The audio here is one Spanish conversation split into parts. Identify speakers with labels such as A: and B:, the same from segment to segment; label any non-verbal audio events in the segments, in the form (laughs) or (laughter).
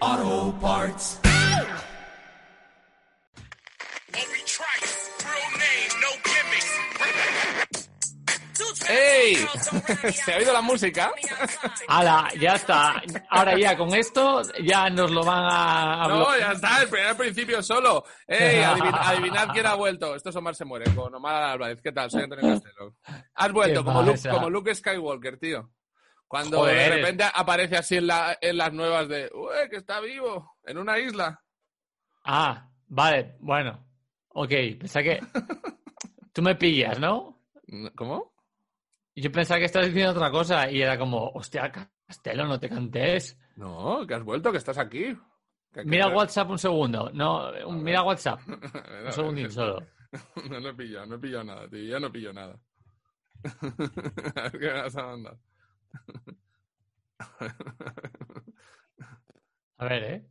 A: Auto parts.
B: What we track is real name, no gimmicks.
C: ¡Ey! (laughs)
D: (laughs)
C: ¿Se ha oído la música?
D: Ala, ya está. Ahora ya con esto ya nos lo van a... a
C: No,
D: blo-
C: ya está, el primer principio solo.
D: (laughs)
C: ¡Ey! adivin- adivinad quién ha vuelto. Esto es Omar se muere, con Omar Álvarez. ¿Qué tal? Soy
D: (laughs)
C: Antonio Castelo. Has vuelto,
D: Qué
C: como Luke,
D: pasa.
C: como Luke Skywalker, tío. Cuando
D: Joder.
C: de repente aparece así en, la- en las nuevas de ¡Uy, que está vivo! En una isla.
D: Ah, vale, bueno. Ok, pensaba que... Tú me pillas, ¿no?
C: ¿Cómo?
D: Yo pensaba que estabas diciendo otra cosa y era como, hostia, Castelo, no te cantes.
C: No, que has vuelto, que estás aquí. Que- que-
D: Mira
C: (laughs)
D: WhatsApp un segundo. No, un- mira WhatsApp.
C: Mira,
D: Un
C: (laughs)
D: segundín solo.
C: No, no he pillado, no he pillado nada, tío. Ya no pillo nada. (laughs) a ver qué me vas a mandar.
D: A ver, ¿eh?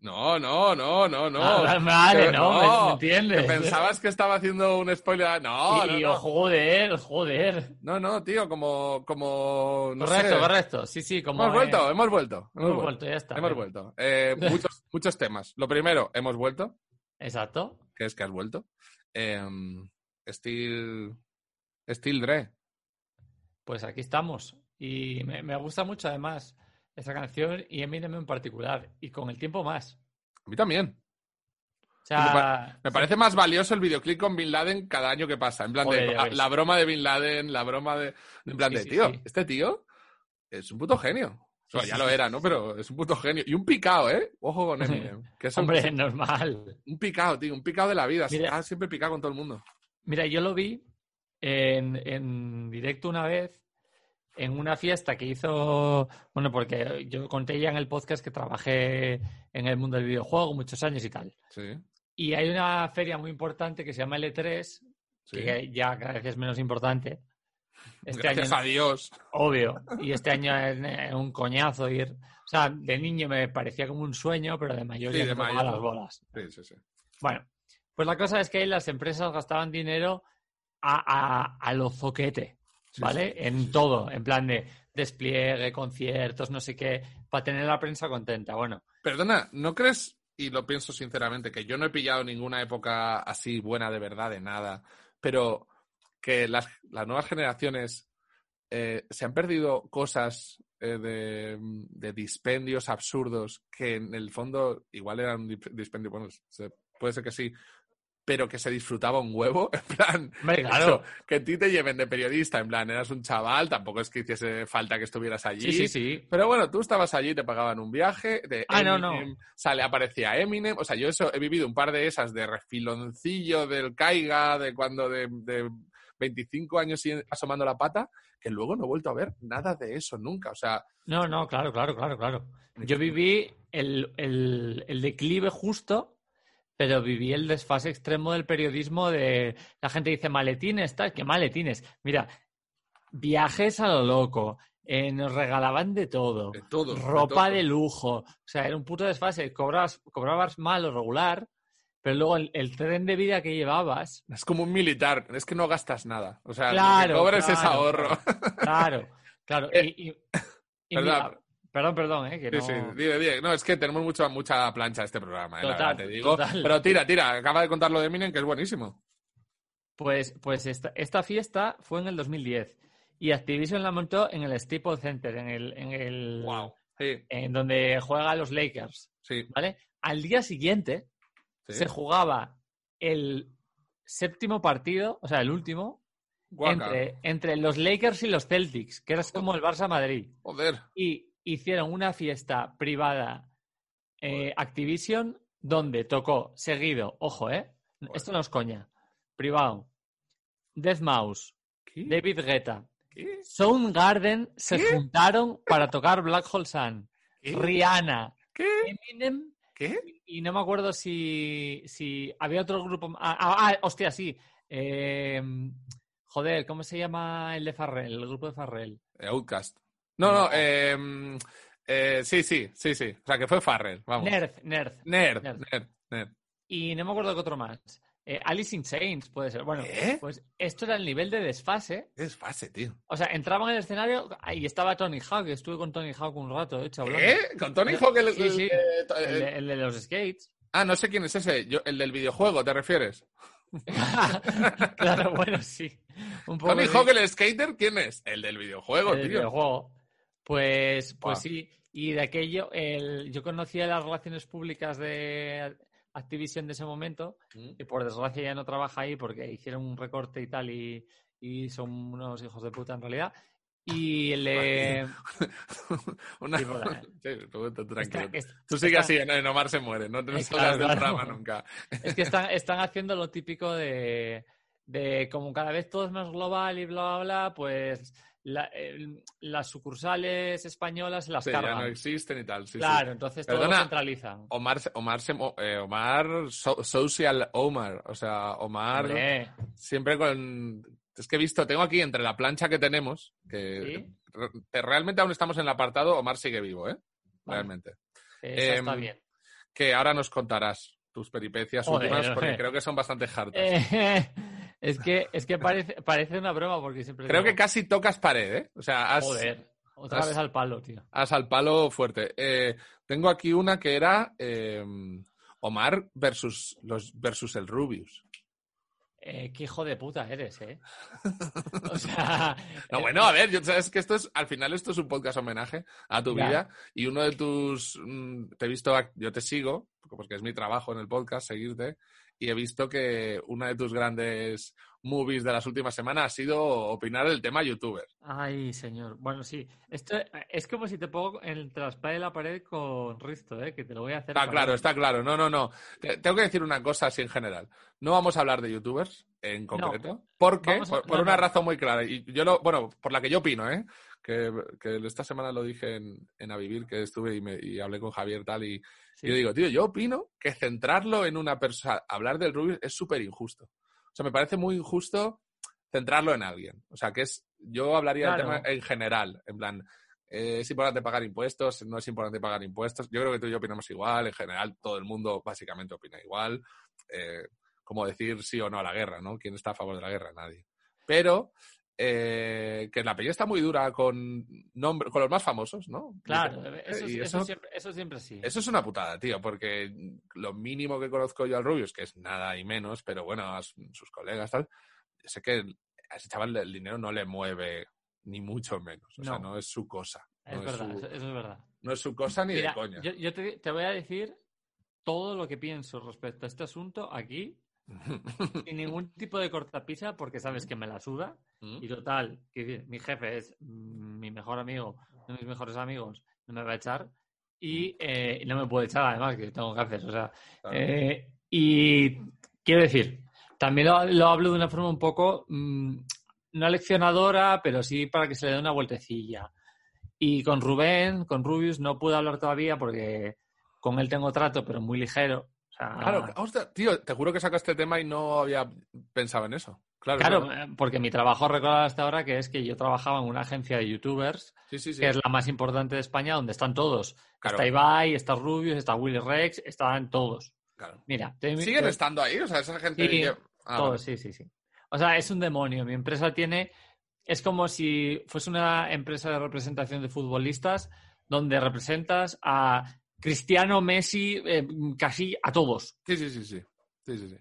C: No, no, no, no, no.
D: Ah, vale,
C: Que-
D: no, me- me entiendes.
C: que Pensabas que estaba haciendo un spoiler. Ah, No,
D: (laughs) y,
C: no,
D: y,
C: no.
D: oh, joder, oh, joder.
C: No, no, tío, como. como no
D: correcto,
C: sé.
D: correcto. Sí, sí, como...
C: Hemos
D: eh,
C: vuelto, hemos vuelto. Hemos,
D: hemos
C: vuelto.
D: vuelto, ya está.
C: Hemos vuelto. Eh, muchos, muchos temas. Lo primero, hemos vuelto,
D: Exacto.
C: que es que has vuelto. Eh, Steel. Steel Dre.
D: Pues aquí estamos. Y me, me gusta mucho además esta canción y Eminem en particular. Y con el tiempo más.
C: A mí también.
D: O sea,
C: Me Me parece más valioso el videoclip con Bin Laden cada año que pasa. En plan
D: Joder,
C: de
D: ya
C: la,
D: ves.
C: la broma de Bin Laden, la broma de. En plan
D: Sí,
C: de,
D: sí,
C: tío,
D: sí.
C: este tío es un puto genio. O sea,
D: Sí,
C: ya
D: sí,
C: lo
D: sí,
C: era, ¿no? Pero es un puto genio. Y un picado, ¿eh? Ojo
D: (laughs)
C: con Eminem. Que es un,
D: hombre, normal.
C: un picado, tío. Un picado de la vida.
D: Mira.
C: Está siempre picado con todo el mundo.
D: Mira, yo lo vi en, en directo una vez en una fiesta que hizo, bueno, porque yo conté ya en el podcast que trabajé en el mundo del videojuego muchos años y tal.
C: Sí.
D: Y hay una feria muy importante que se llama L3,
C: sí.
D: que ya cada vez es menos importante. Este
C: Gracias
D: año
C: a Dios.
D: Obvio. Y este año es eh, un coñazo ir. O sea, de niño me parecía como un sueño, pero de mayor
C: Sí,
D: ya
C: de
D: me tocaban
C: mayor.
D: las bolas.
C: Sí, sí, sí.
D: Bueno, pues la cosa es que ahí las empresas gastaban dinero a, a, a lo zoquete,
C: Sí,
D: ¿vale?
C: sí, sí,
D: en
C: sí, sí.
D: todo, en plan de despliegue, conciertos, no sé qué, para tener a la prensa contenta. Bueno,
C: Perdona, ¿no crees, y lo pienso sinceramente, que yo no he pillado ninguna época así buena de verdad, de nada, pero que las, las nuevas generaciones eh, se han perdido cosas eh, de, de dispendios absurdos que en el fondo igual eran dip- dispendios, bueno, se- puede ser que sí, pero que se disfrutaba un huevo, (laughs) en plan,
D: hombre, claro.
C: eso, que a ti te lleven de periodista, en plan, eras un chaval, tampoco es que hiciese falta que estuvieras allí,
D: Sí, sí, sí.
C: pero bueno, tú estabas allí, te pagaban un viaje, de
D: Ah, no,
C: Eminem,
D: no.
C: sale, aparecía Eminem, o sea, yo eso he vivido un par de esas de refiloncillo del caiga, de cuando de, de 25 años y asomando la pata, que luego no he vuelto a ver nada de eso nunca, o sea,
D: No, no, claro, claro, claro, claro. Yo viví el, el- el declive justo, pero viví el desfase extremo del periodismo de la gente dice maletines, tal, que maletines. Mira, viajes a lo loco, eh, nos regalaban de todo,
C: de todo.
D: ropa
C: todo.
D: de lujo, o sea, era un puto desfase, cobrabas, cobrabas mal o regular, pero luego el, el tren de vida que llevabas,
C: Es como un militar, es que no gastas nada, o sea,
D: Claro,
C: lo que cobres es
D: claro,
C: ahorro. (laughs)
D: claro, claro.
C: Eh,
D: y- y- y
C: (laughs) perdón.
D: mira, perdón, perdón, eh, que
C: Sí, (laughs)
D: no...
C: sí, dile, dile. No, es que tenemos mucha, mucha plancha este programa, eh, la
D: Total,
C: verdad, te digo.
D: total.
C: Pero tira, tira, acaba de contar lo de Eminem, que es buenísimo.
D: Pues, pues esta, esta fiesta fue en el 2010 y Activision la montó en el Staples Center, en el, en el
C: Sí,
D: en donde juega los Lakers,
C: sí,
D: ¿vale? Al día siguiente
C: sí.
D: se jugaba el séptimo partido, o sea, el último,
C: Guaca.
D: entre, entre los Lakers y los Celtics, que era como el Barça Madrid.
C: Joder.
D: Y hicieron una fiesta privada eh, Activision donde tocó seguido, ojo, ¿eh? Esto no es coña. Privado. Death Mouse,
C: ¿Qué?
D: David Guetta,
C: ¿Qué?
D: Soundgarden se
C: ¿Qué?
D: juntaron para tocar Black Hole Sun,
C: ¿Qué?
D: Rihanna,
C: ¿Qué?
D: Eminem
C: ¿Qué?
D: Y no me acuerdo si, si había otro grupo. Ah, ah, ah, hostia, sí. Eh, joder, ¿cómo se llama el de Farrell? El grupo de Farrell.
C: Eh, Outcast. No, no, eh, mm, eh, sí, sí, sí, sí. O sea, que fue Farrell, vamos.
D: Nerf, Nerf.
C: Nerd,
D: Nerd.
C: nerd, nerd.
D: Y no me acuerdo qué otro más. Eh, Alice in Chains, puede ser. Bueno,
C: ¿Eh?
D: pues esto era el nivel de desfase.
C: Qué desfase, tío.
D: O sea, entraban en el escenario y estaba Tony Hawk. Estuve con Tony Hawk un rato, de hecho, hablando.
C: ¿Eh? ¿Con Tony Hawk? el-
D: Sí,
C: el-
D: sí.
C: eh, to-
D: El
C: eh,
D: de, el de los skates.
C: Ah, no sé quién es ese. Yo, el del videojuego, ¿te refieres?
D: (laughs) claro, bueno, sí. Un poco
C: Tony
D: sí.
C: Hawk, el skater, ¿quién es? El del videojuego,
D: El
C: tío.
D: videojuego. Pues, pues
C: Buah.
D: sí. Y de aquello, el, yo conocía las relaciones públicas de Activision de ese momento,
C: Mm.
D: y por desgracia ya no trabaja ahí porque hicieron un recorte y tal, y, y son unos hijos de puta en realidad. Y le.
C: Una...
D: Sí, hola.
C: (laughs) Sí, tú- tú
D: está-
C: tranquilo.
D: es,
C: Tú sigue
D: está-
C: así, en, en Omar se muere. No, no
D: Eh,
C: salgas
D: claro,
C: del
D: claro.
C: drama nunca.
D: es que están, están haciendo lo típico de, de como cada vez todo es más global y bla, bla, bla, pues la- el- las sucursales españolas se las
C: Sí, ya
D: cargan.
C: no existen y tal. sí, sí.
D: claro, entonces todo lo
C: Perdona.
D: centralizan.
C: Omar, se- Omar, se mo- eh, Omar so- Social Omar. O sea, Omar
D: Hombre.
C: siempre con... Es que he visto, tengo aquí entre la plancha que tenemos, que
D: Sí.
C: re- te- realmente aún estamos en el apartado, Omar sigue vivo, ¿eh?
D: Vale.
C: Realmente.
D: Eso
C: Em,
D: está bien. (laughs)
C: Que ahora nos contarás tus peripecias
D: Joder,
C: últimas, porque
D: (laughs) joder.
C: creo que son bastante hartas.
D: Eh, es que, es que parece, parece una broma porque siempre.
C: creo
D: digo,
C: que casi tocas pared, ¿eh? O sea, has,
D: Joder, otra
C: has-
D: vez al palo, tío.
C: As al palo fuerte. Eh, tengo aquí una que era eh, Omar versus, los, versus el Rubius.
D: Eh, qué hijo de puta
C: (laughs)
D: eres, ¿eh? O sea.
C: No,
D: eh,
C: bueno, a ver, yo, sabes que esto es, al final esto es un podcast homenaje a tu
D: Ya.
C: vida y uno de tus, mm, te he visto, ac- yo te sigo, porque es mi trabajo en el podcast seguirte, y he visto que una de tus grandes movies de las últimas semanas ha sido opinar del tema youtuber.
D: Ay, señor. Bueno, sí. Esto eh, es como si te pongo entre la espada y la pared con Risto, ¿eh? Que te lo voy a hacer.
C: Está
D: parar.
C: Ah, claro, está claro. No, no, no. Te- tengo que decir una cosa así en general. No vamos a hablar de youtubers en concreto, porque,
D: Vamos a-
C: por, por
D: no,
C: una
D: no.
C: razón muy clara, y yo lo, bueno, por la que yo opino, ¿eh? Que, que esta semana lo dije en, en A Vivir, que estuve y, me- y hablé con Javier tal, y
D: Sí.
C: y yo digo, tío, yo opino que centrarlo en una persona, hablar del Rubius es súper injusto. O sea, me parece muy injusto centrarlo en alguien. O sea, que es, yo hablaría del
D: Claro.
C: tema en general, en plan, eh, es importante pagar impuestos, no es importante pagar impuestos. Yo creo que tú y yo opinamos igual, en general todo el mundo básicamente opina igual. Eh, como decir sí o no a la guerra, ¿no? ¿Quién está a favor de la guerra? Nadie. Pero eh, que la pelea está muy dura con, nombre, con los más famosos, ¿no?
D: Claro,
C: Dice,
D: eso,
C: "Eh,
D: es-
C: y
D: eso siempre, eso siempre sí.
C: eso es una putada, tío, porque lo mínimo que conozco yo al Rubius, que es nada y menos, pero bueno, a su- sus colegas, tal, sé que a ese chaval el dinero no le mueve ni mucho menos. O sea,
D: No.
C: no es su cosa.
D: Es
C: No es,
D: verdad,
C: su,
D: eso- eso es verdad.
C: no es su cosa ni
D: Mira,
C: de coña.
D: Yo, yo te, te voy a decir todo lo que pienso respecto a este asunto
C: (laughs)
D: aquí, sin ningún tipo de cortapisa, porque sabes que me la suda.
C: ¿Mm?
D: Y total, que decir, mi jefe es mm, mi mejor amigo, uno de mis mejores amigos, no me va a echar. Y eh, no me puede echar, además, que tengo jefes. O sea,
C: Mm. Claro.
D: eh, y quiero decir, también lo, lo hablo de una forma un poco mm, no leccionadora, pero sí para que se le dé una vueltecilla. Y con Rubén, con Rubius, no puedo hablar todavía porque con él tengo trato, pero muy ligero. O sea,
C: Claro, hostia, tío, te juro que saco este tema y no había pensado en eso. Claro,
D: claro,
C: claro.
D: eh, porque mi trabajo, recordado hasta ahora, que es que yo trabajaba en una agencia de youtubers
C: Sí, sí, sí.
D: que es la más importante de España, donde están todos.
C: Claro.
D: Está Ibai, está Rubius, está Willy Rex, están todos.
C: claro.
D: Mira, te-
C: ¿Siguen
D: te-
C: estando ahí? O sea, esa gente...
D: Sí,
C: que- Ah,
D: todos, sí, sí, sí. O sea, es un demonio. Mi empresa tiene. Es como si fuese una empresa de representación de futbolistas donde representas a Cristiano, Messi, eh, casi a todos.
C: sí, sí, sí, sí. Sí, sí, sí.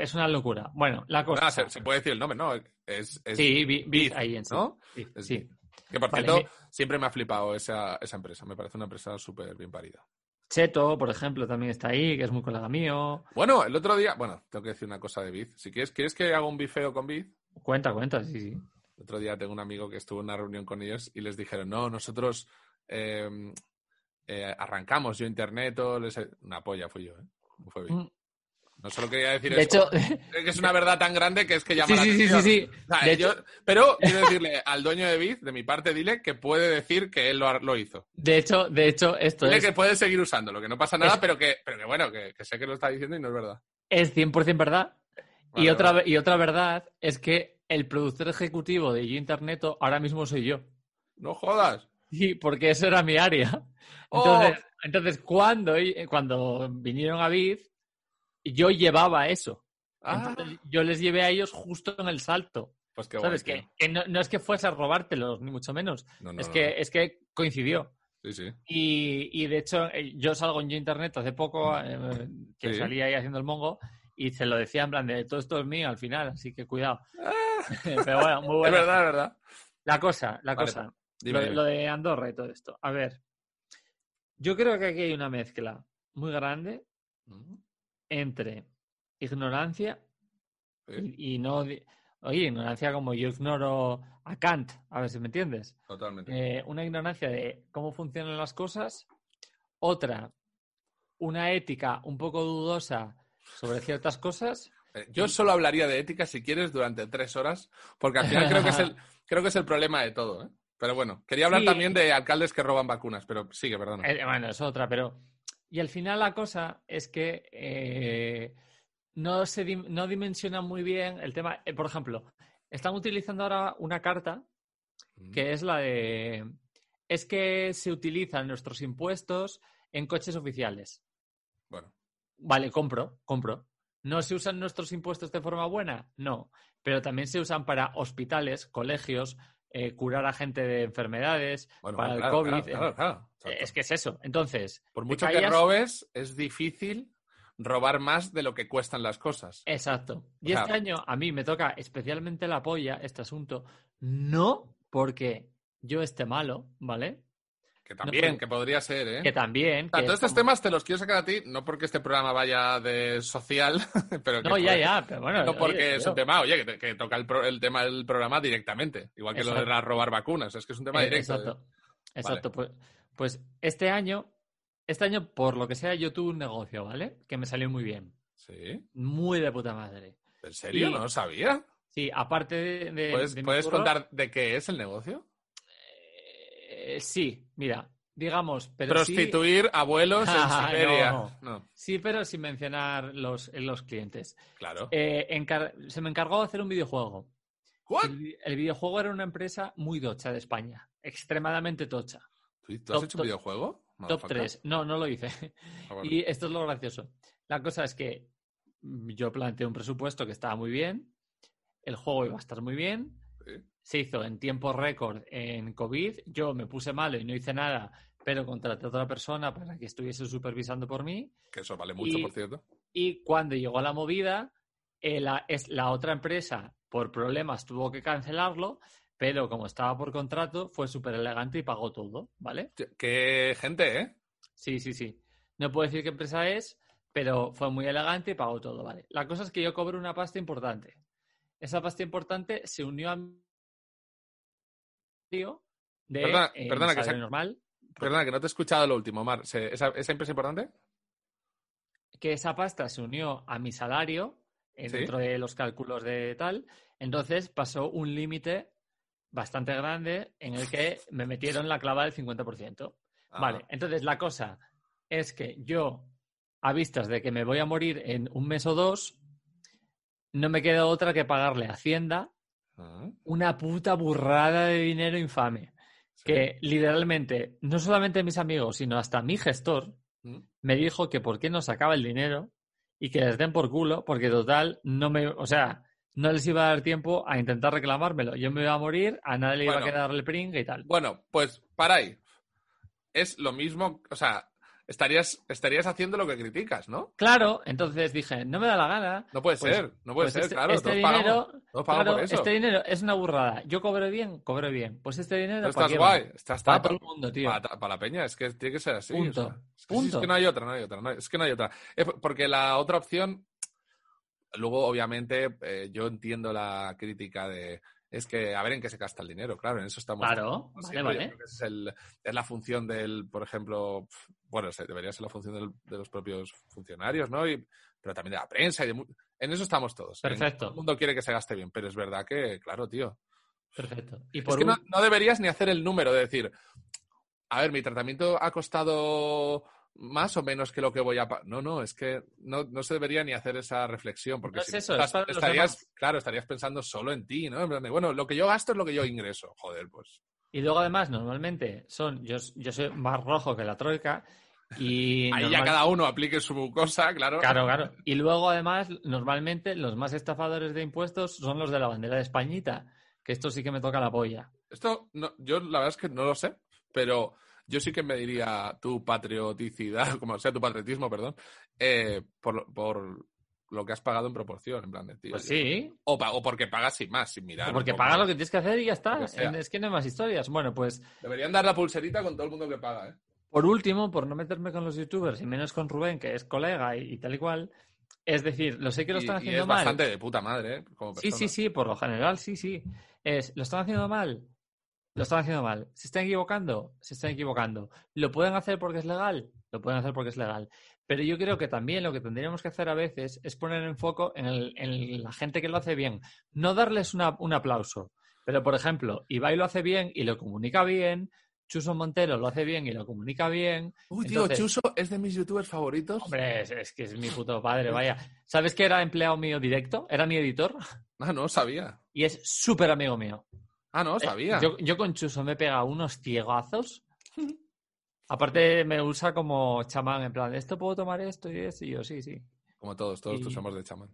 D: Es una locura. Bueno, la cosa.
C: Ah, se, se puede decir el nombre, ¿no? Es, es-
D: Pues sí, vi- vi ahí en sí.
C: ¿no?
D: Sí,
C: Es
D: sí.
C: Bit. Que por
D: Vale,
C: cierto,
D: me-
C: siempre me ha flipado esa, esa empresa. Me parece una empresa súper bien parida.
D: Cheto, por ejemplo, también está ahí, que es muy colega mío.
C: Bueno, el otro día, bueno, tengo que decir una cosa de Biz. Si quieres, ¿quieres que haga un bifeo con Biz?
D: Cuenta, cuenta, sí, sí.
C: El otro día tengo un amigo que estuvo en una reunión con ellos y les dijeron, no, nosotros eh, eh, arrancamos yo internet, o les... una polla fui yo, ¿eh? No fue Biz.
D: Mm.
C: No solo quería decir
D: De
C: eso.
D: hecho, sí,
C: Es que es una verdad tan grande que es que llama la
D: sí, sí, sí,
C: atención.
D: sí.
C: O sea,
D: De
C: yo-
D: hecho,
C: pero quiero decirle al dueño de Biz, de mi parte, dile que puede decir que él lo, ha- lo hizo.
D: de hecho, de hecho, esto
C: Dile
D: es,
C: que puede seguir usándolo, que no pasa nada,
D: Es-
C: pero que, pero que bueno, que, que sé que lo está diciendo y no es verdad.
D: es 100% verdad. y,
C: Vale,
D: otra,
C: vale.
D: ve- y otra verdad es que el productor ejecutivo de Yo Interneto ahora mismo soy yo. (laughs)
C: No jodas.
D: Sí, porque eso era mi área.
C: Oh.
D: Entonces, entonces cuando, y- cuando vinieron a Vid, yo llevaba eso.
C: Ah,
D: Entonces, yo les llevé a ellos justo en el salto.
C: pues qué
D: ¿Sabes?
C: guay,
D: Que,
C: tío.
D: que no, no es que fuese a robártelos, ni mucho menos.
C: No, no,
D: es,
C: no,
D: que, es que coincidió.
C: no. Sí, sí.
D: Y, y, de hecho, eh, yo salgo en Yo Internet hace poco, eh, que
C: Sí.
D: salía ahí haciendo el mongo, y se lo decía en plan de todo esto es mío al final, así que
C: (laughs)
D: cuidado. Pero bueno, muy
C: Ah. Es
D: bueno.
C: verdad, es verdad.
D: La cosa, la
C: Vale, pues,
D: cosa.
C: Dime,
D: lo, de-
C: dime.
D: lo de Andorra y todo esto. A ver, yo creo que aquí hay una mezcla muy grande
C: Mm.
D: entre ignorancia
C: Sí,
D: y, y no... di- Oye, ignorancia como yo ignoro a Kant, a ver si me entiendes.
C: totalmente.
D: Eh, una ignorancia de cómo funcionan las cosas, otra, una ética un poco dudosa sobre ciertas cosas.
C: Eh, Yo solo hablaría de ética si quieres durante tres horas, porque al final creo que es
D: (laughs)
C: el, creo que es el problema de todo. ¿eh? Pero bueno, quería hablar
D: Sí.
C: también de alcaldes que roban vacunas, pero sigue, perdona.
D: Eh, bueno, es otra, pero... Y al final la cosa es que eh, no se dim- no dimensiona muy bien el tema. Eh, por ejemplo, están utilizando ahora una carta
C: Mm,
D: que es la de... Es que se utilizan nuestros impuestos en coches oficiales.
C: Bueno,
D: Vale, compro, compro. ¿No se usan nuestros impuestos de forma buena? No, pero también se usan para hospitales, colegios, eh, curar a gente de enfermedades,
C: bueno,
D: para
C: claro,
D: el COVID.
C: claro, claro, claro.
D: eh, Es que es eso. Entonces,
C: Por
D: te
C: mucho que
D: callas-
C: robes, es difícil robar más de lo que cuestan las cosas.
D: Eh, Exacto. Y
C: O sea-
D: este año a mí me toca especialmente la polla, este asunto. No porque yo esté malo, ¿vale?
C: Que también,
D: no.
C: que podría ser, ¿eh?
D: Que también...
C: O sea, este
D: que
C: todos
D: es
C: estos
D: como-
C: temas te los quiero sacar a ti, no porque este programa vaya de social, (laughs) pero que
D: No, ya,
C: joder,
D: ya, pero bueno...
C: No
D: oye,
C: porque es un
D: tío.
C: tema, oye, que, te- que toca el, pro- el tema del programa directamente, igual que lo de
D: Exacto.
C: la robar vacunas, es que es un tema
D: Eh,
C: directo.
D: Exacto. Exacto. Pues, pues este año, este año, por lo que sea, yo tuve un negocio, ¿vale? Que me salió muy bien.
C: Sí,
D: Muy de puta madre.
C: ¿en serio?
D: Y-
C: No lo sabía.
D: Sí, aparte de. de-
C: ¿Puedes,
D: de mi
C: puedes
D: curro,
C: contar de qué es el negocio?
D: eh, sí, mira, digamos, pero sí,
C: Prostituir abuelos en
D: Ah,
C: Siberia.
D: (laughs) no.
C: No,
D: sí, pero sin mencionar los, los clientes.
C: claro.
D: Eh, encar- se me encargó de hacer un videojuego.
C: ¿What?
D: El, vi- el videojuego era una empresa muy tocha de España, extremadamente tocha.
C: ¿Tú, tú has
D: top-
C: hecho
D: top-
C: un videojuego?
D: Top
C: motherfucker?
D: 3. No, no lo hice.
C: Ah, bueno.
D: Y esto es lo gracioso. La cosa es que mm, yo planteé un presupuesto que estaba muy bien, el juego iba a estar muy bien,
C: Sí.
D: se hizo en tiempo récord en COVID, yo me puse malo y no hice nada, pero contraté a otra persona para que estuviese supervisando por mí
C: Que eso vale mucho,
D: y-
C: por cierto.
D: y cuando llegó la movida, eh, la, es, la otra empresa por problemas tuvo que cancelarlo, pero como estaba por contrato fue súper elegante y pagó todo, ¿vale?
C: Qué gente, ¿eh?
D: Sí, sí, sí. No puedo decir qué empresa es, pero fue muy elegante y pagó todo, ¿vale? La cosa es que yo cobro una pasta importante. Esa pasta importante se unió a mi tío de
C: Perdona-
D: eh,
C: perdona, que
D: mi
C: se ha-
D: salario normal,
C: Perdona, que no te he escuchado lo último, Mar. Se- ¿Esa, ¿Esa empresa importante?
D: que esa pasta se unió a mi salario eh,
C: Sí.
D: dentro de los cálculos de tal. Entonces pasó un límite bastante grande en el que me metieron la clava del 50%.
C: Ah,
D: Vale, entonces la cosa es que yo, a vistas de que me voy a morir en un mes o dos, no me queda otra que pagarle a Hacienda
C: ah,
D: una puta burrada de dinero infame.
C: sí.
D: Que literalmente, no solamente mis amigos, sino hasta mi gestor,
C: Mm.
D: me dijo que por qué no sacaba el dinero y que les den por culo, porque total, no me, o sea, no les iba a dar tiempo a intentar reclamármelo. Yo me iba a morir, a nadie le iba
C: Bueno.
D: a quedar el pring y tal.
C: Bueno, pues para ahí. Es lo mismo, o sea, estarías, estarías haciendo lo que criticas, ¿no?
D: Claro, entonces dije, no me da la gana,
C: No puede
D: Pues-
C: ser, no puede
D: pues
C: ser,
D: este-
C: claro.
D: este
C: todos
D: dinero-
C: pagamos, todos pagamos
D: Claro,
C: por eso.
D: este dinero es una burrada. Yo cobro bien, cobro bien. Pues este dinero
C: Pero
D: ¿para
C: estás
D: qué va?
C: guay, estás
D: Para
C: está
D: todo
C: para,
D: el mundo, tío.
C: para- para la peña, es que tiene que ser así. o
D: Punto,
C: sea, es, que, sí, es
D: punto.
C: que no hay otra, no hay otra, no hay- es que no hay otra. Es por- porque la otra opción, luego obviamente eh, yo entiendo la crítica de, es que a ver en qué se gasta el dinero, claro, en eso estamos
D: Claro,
C: No sé,
D: vale,
C: yo
D: vale.
C: creo que ese es, el- es la función del, por ejemplo, pf, bueno, se- debería ser la función del- de los propios funcionarios, ¿no? Y pero también de la prensa y de... mu- En eso estamos todos. En-
D: Perfecto.
C: todo el mundo quiere que se gaste bien, pero es verdad que, claro, tío.
D: Perfecto. Y
C: Es
D: por
C: que no,
D: un-
C: no deberías ni hacer el número de decir, a ver, mi tratamiento ha costado más o menos que lo que voy a... pa-". No, no, es que no, no se debería ni hacer esa reflexión, porque
D: No es
C: si no,
D: eso, es
C: estás-
D: para los
C: estarías,
D: demás.
C: claro, estarías pensando solo en ti, ¿no? En plan de, bueno, lo que yo gasto es lo que yo ingreso. Joder, pues...
D: y luego además, normalmente son, yo, yo soy más rojo que la troika y...
C: (laughs) Ahí ya
D: normal-
C: cada uno aplique su cosa, claro.
D: Claro, claro. Y luego, además, normalmente los más estafadores de impuestos son los de la bandera de Españita, que esto sí que me toca la polla.
C: Esto, no, yo la verdad es que no lo sé, pero yo sí que me diría tu patrioticidad, (laughs) como sea tu patriotismo, perdón, eh, por, lo- por lo que has pagado en proporción, en plan de tío.
D: Pues
C: yo-
D: sí,
C: O, pa- o porque pagas sin más, sin mirar.
D: o porque
C: un poco.
D: pagas lo que tienes que hacer y ya está.
C: Lo que sea.
D: Es que no hay más historias. Bueno, pues
C: Deberían dar la pulserita con todo el mundo que paga, ¿eh?
D: Por último, por no meterme con los youtubers y menos con Rubén, que es colega y, y tal y cual, es decir, lo sé que lo
C: Y-
D: están
C: y,
D: haciendo
C: es
D: mal.
C: bastante de puta madre, ¿eh? Como
D: Sí, sí,
C: persona.
D: sí, por lo general, sí, sí. Es, lo están haciendo mal. Lo están haciendo mal. ¿Se están equivocando? Se están equivocando. ¿Lo pueden hacer porque es legal? Lo pueden hacer porque es legal. Pero yo creo que también lo que tendríamos que hacer a veces es poner en foco en, el- en la gente que lo hace bien. No darles una- un aplauso. Pero, por ejemplo, Ibai lo hace bien y lo comunica bien. Chuso Montero lo hace bien y lo comunica bien.
C: Uy, tío,
D: Entonces-
C: Chuso es de mis youtubers favoritos.
D: Hombre, es, es que es mi puto padre, vaya. ¿Sabes que era empleado mío directo? Era mi editor
C: Ah, no, sabía.
D: y es súper amigo mío.
C: Ah, no,
D: Eh,
C: sabía.
D: Yo, yo con Chuso me he pegado unos ciegazos. Aparte me usa como chamán, en plan, ¿esto puedo tomar esto y esto? Y yo, sí, sí.
C: Como todos, todos
D: Y-
C: tú somos de chamán.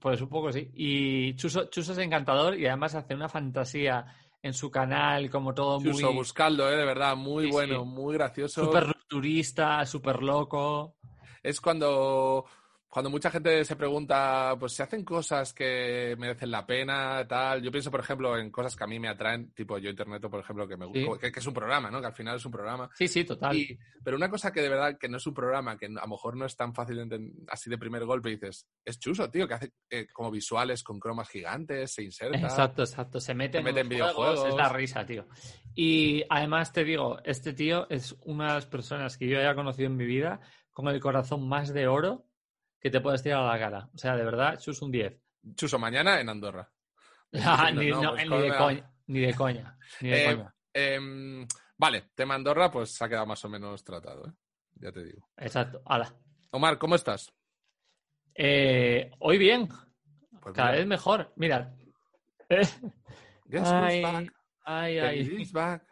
D: Pues un poco sí. Y Chuso, Chuso es encantador y además hace una fantasía en su canal, como todo
C: Chuso,
D: muy
C: buscadlo, ¿eh? De verdad, muy
D: Sí,
C: bueno,
D: sí.
C: muy gracioso.
D: súper rupturista, súper loco.
C: es cuando, cuando mucha gente se pregunta, pues se hacen cosas que merecen la pena, tal. Yo pienso, por ejemplo, en cosas que a mí me atraen, tipo yo internet, por ejemplo, que me gusta,
D: Sí.
C: que, que es un programa, ¿no? Que al final es un programa.
D: Sí, sí, total.
C: Y- pero una cosa que de verdad que no es un programa, que a lo mejor no es tan fácil de enten- así de primer golpe, dices, es chuso, tío, que hace eh, como visuales con cromas gigantes, se inserta.
D: Exacto, exacto. Se mete
C: Se
D: en,
C: mete en
D: los juegos,
C: videojuegos.
D: Es la risa, tío. Y además te digo, este tío es una de las personas que yo haya conocido en mi vida con el corazón más de oro que te puedes tirar a la cara. O sea, de verdad, Chus un 10.
C: Chuso, mañana en Andorra.
D: Ah, (laughs) ni,
C: (laughs) No,
D: no,
C: pues,
D: ni de
C: coño.
D: coña. Ni de coña. Ni de
C: Eh,
D: coña.
C: Em, vale, tema Andorra, pues se ha quedado más o menos tratado, ¿eh? Ya te digo.
D: Exacto. Hala.
C: Omar, ¿cómo estás?
D: Eh, hoy bien,
C: Pues
D: cada
C: mira,
D: vez mejor. Mira. Eh,
C: (laughs) guess who's
D: ay,
C: back?
D: ay,
C: Back
D: ay.
C: is back.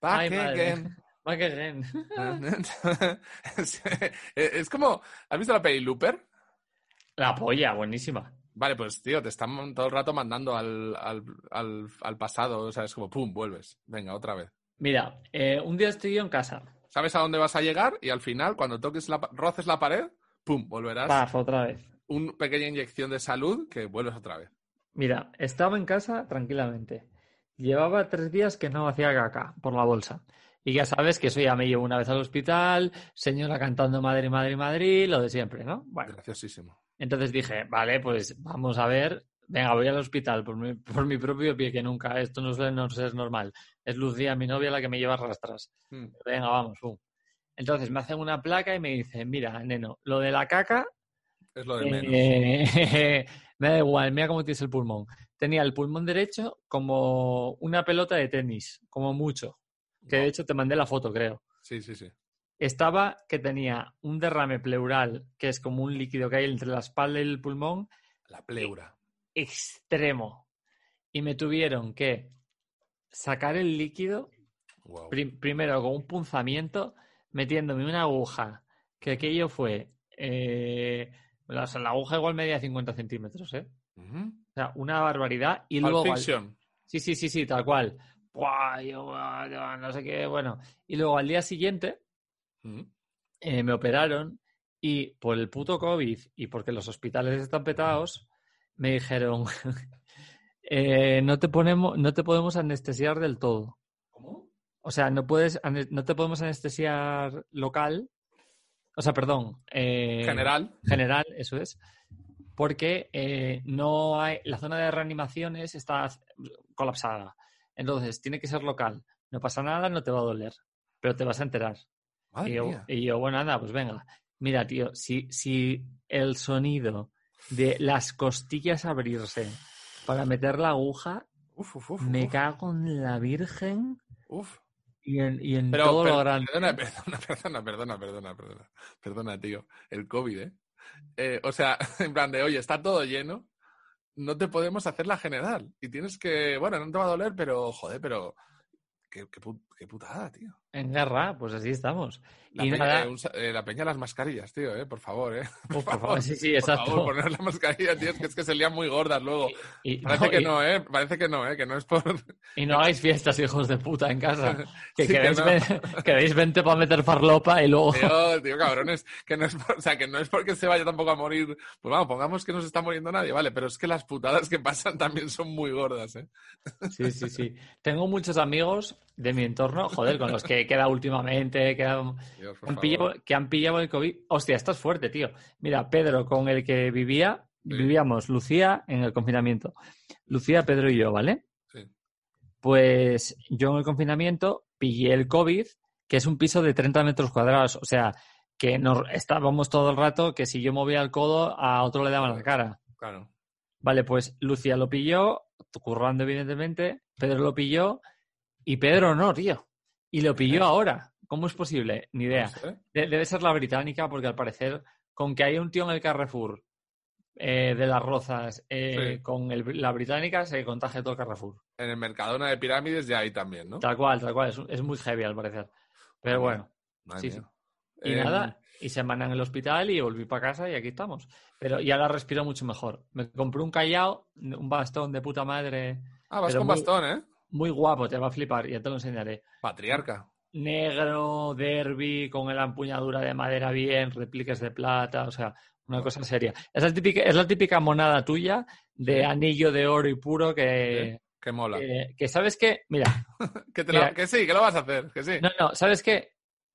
C: Back
D: Ay, madre.
C: again.
D: (laughs) Va que bien. (laughs)
C: (laughs) es, eh, es como. ¿Has visto la peli Looper?
D: La polla, buenísima.
C: Vale, pues tío, te están todo el rato mandando al, al, al, al pasado. O sea, es como pum, vuelves. Venga, otra vez.
D: Mira, eh, un día estoy yo en casa.
C: Sabes a dónde vas a llegar y al final, cuando toques la, pa- roces la pared, pum, volverás.
D: Paf, otra vez.
C: Una pequeña inyección de salud que vuelves otra vez.
D: Mira, estaba en casa tranquilamente. Llevaba tres días que no hacía caca por la bolsa. Y ya sabes que eso ya me llevo una vez al hospital, señora cantando Madrid, Madrid, Madrid, lo de siempre, ¿no? Bueno,
C: Graciosísimo.
D: entonces dije, vale, pues vamos a ver, venga, voy al hospital por mi, (laughs) por mi propio pie, que nunca, esto no suele no ser normal. Es Lucía, mi novia, la que me lleva a rastras.
C: Mm.
D: Venga, vamos, pum. Entonces me hacen una placa y me dicen, mira, neno, lo de la caca
C: Es lo de menos.
D: eh, (laughs) me da igual, mira cómo tienes el pulmón. Tenía el pulmón derecho como una pelota de tenis, como mucho. Que de
C: Wow.
D: hecho te mandé la foto, creo.
C: Sí, sí, sí.
D: Estaba que tenía un derrame pleural, que es como un líquido que hay entre la espalda y el pulmón,
C: La pleura.
D: extremo. Y me tuvieron que sacar el líquido
C: Wow.
D: Prim- primero con un punzamiento, metiéndome una aguja, que aquello fue. eh, la, o sea, la aguja igual medía 50 centímetros, ¿eh?
C: Ujú.
D: O sea, una barbaridad. Y
C: Pulp
D: luego. al-
C: Fiction.
D: Sí, sí, sí, sí, tal cual. Buah, yo, buah, yo, no sé qué, bueno. Y luego al día siguiente
C: Mm.
D: eh, me operaron y por el puto COVID y porque los hospitales están petados, me dijeron. (laughs) eh, no, te ponemos, no te podemos anestesiar del todo.
C: ¿Cómo?
D: O sea, no puedes, ane- no te podemos anestesiar local. O sea, perdón. eh,
C: General.
D: General, eso es. Porque eh, no hay. La zona de reanimaciones está colapsada. Entonces, tiene que ser local. No pasa nada, no te va a doler. Pero te vas a enterar.
C: Madre
D: y, yo,
C: mía.
D: y yo, bueno, anda, pues venga. Mira, tío, si, si el sonido de las costillas abrirse para meter la aguja,
C: Uf, uf, uf.
D: me
C: uf,
D: cago en la Virgen
C: uf.
D: y en, y en
C: Pero,
D: todo
C: pero,
D: lo grande.
C: Perdona, perdona, (laughs) perdona, perdona, perdona, perdona. Perdona, tío. El COVID, ¿eh? Eh, O sea, (laughs) en plan de, oye, está todo lleno, no te podemos hacer la general. Y tienes que, bueno, no te va a doler, pero, joder, pero... Qué, qué pu- qué putada, tío.
D: En guerra, pues así estamos.
C: La,
D: y
C: peña,
D: nada,
C: eh, un sa- eh, la peña las mascarillas, tío, ¿eh? Por favor, ¿eh?
D: oh, por
C: favor,
D: favor, sí, sí,
C: Por
D: exacto.
C: favor, poner la mascarilla, tío, es que, es que se lían muy gordas
D: (laughs)
C: luego.
D: Y,
C: Parece
D: no,
C: que
D: y-
C: no, ¿eh? Parece que no, ¿eh? Que no es por...
D: y no hagáis fiestas, hijos de puta, en (laughs) casa. Que
C: Sí, que
D: queréis,
C: no.
D: ven- (laughs) queréis vente para meter farlopa y luego...
C: Tío, tío, cabrones, que no es por- o sea, que no es porque se vaya tampoco a morir. Pues vamos, pongamos que no se está muriendo nadie, vale, pero es que las putadas que pasan también son muy gordas, ¿eh?
D: Sí, sí, sí. Tengo muchos amigos de mi entorno, joder, con los que he quedado últimamente, que han,
C: Dios, por
D: han
C: favor.
D: pillado, que han pillado el COVID. Hostia, estás fuerte, tío. Mira, Pedro, con el que vivía,
C: Sí.
D: vivíamos Lucía en el confinamiento. Lucía, Pedro y yo, ¿vale?
C: Sí.
D: Pues yo en el confinamiento pillé el COVID, que es un piso de 30 metros cuadrados. O sea, que nos, estábamos todo el rato que si yo movía el codo, a otro le daban la cara.
C: Claro.
D: Vale, pues Lucía lo pilló, currando evidentemente, Pedro lo pilló y Pedro no, tío. Y lo pilló ahora. ¿Cómo es posible? Ni idea.
C: No sé.
D: De- debe ser la británica porque al parecer con que haya un tío en el Carrefour eh, de las Rozas eh,
C: Sí.
D: con el- la británica se contagia todo el Carrefour.
C: En el Mercadona de Pirámides ya hay también, ¿no?
D: Tal cual, tal cual. Es, es muy heavy al parecer. Pero bueno.
C: Madre
D: sí,
C: mía.
D: sí. Y
C: Eh,
D: nada, y semana en el hospital y volví para casa y aquí estamos. Pero y ahora respiro mucho mejor. Me compré un callao, un bastón de puta madre
C: Ah, vas
D: Pero
C: con
D: muy-
C: bastón, ¿eh?
D: Muy guapo, te va a flipar, ya te lo enseñaré.
C: Patriarca.
D: Negro, derby, con la empuñadura de madera bien, repliques de plata, o sea, una cosa seria. Es la típica, es la típica monada tuya de
C: Sí.
D: anillo de oro y puro que,
C: Que mola.
D: que, que sabes que, mira,
C: que, te la-
D: Eh, mira.
C: que sí, que lo vas a hacer, que sí.
D: no, no, sabes que,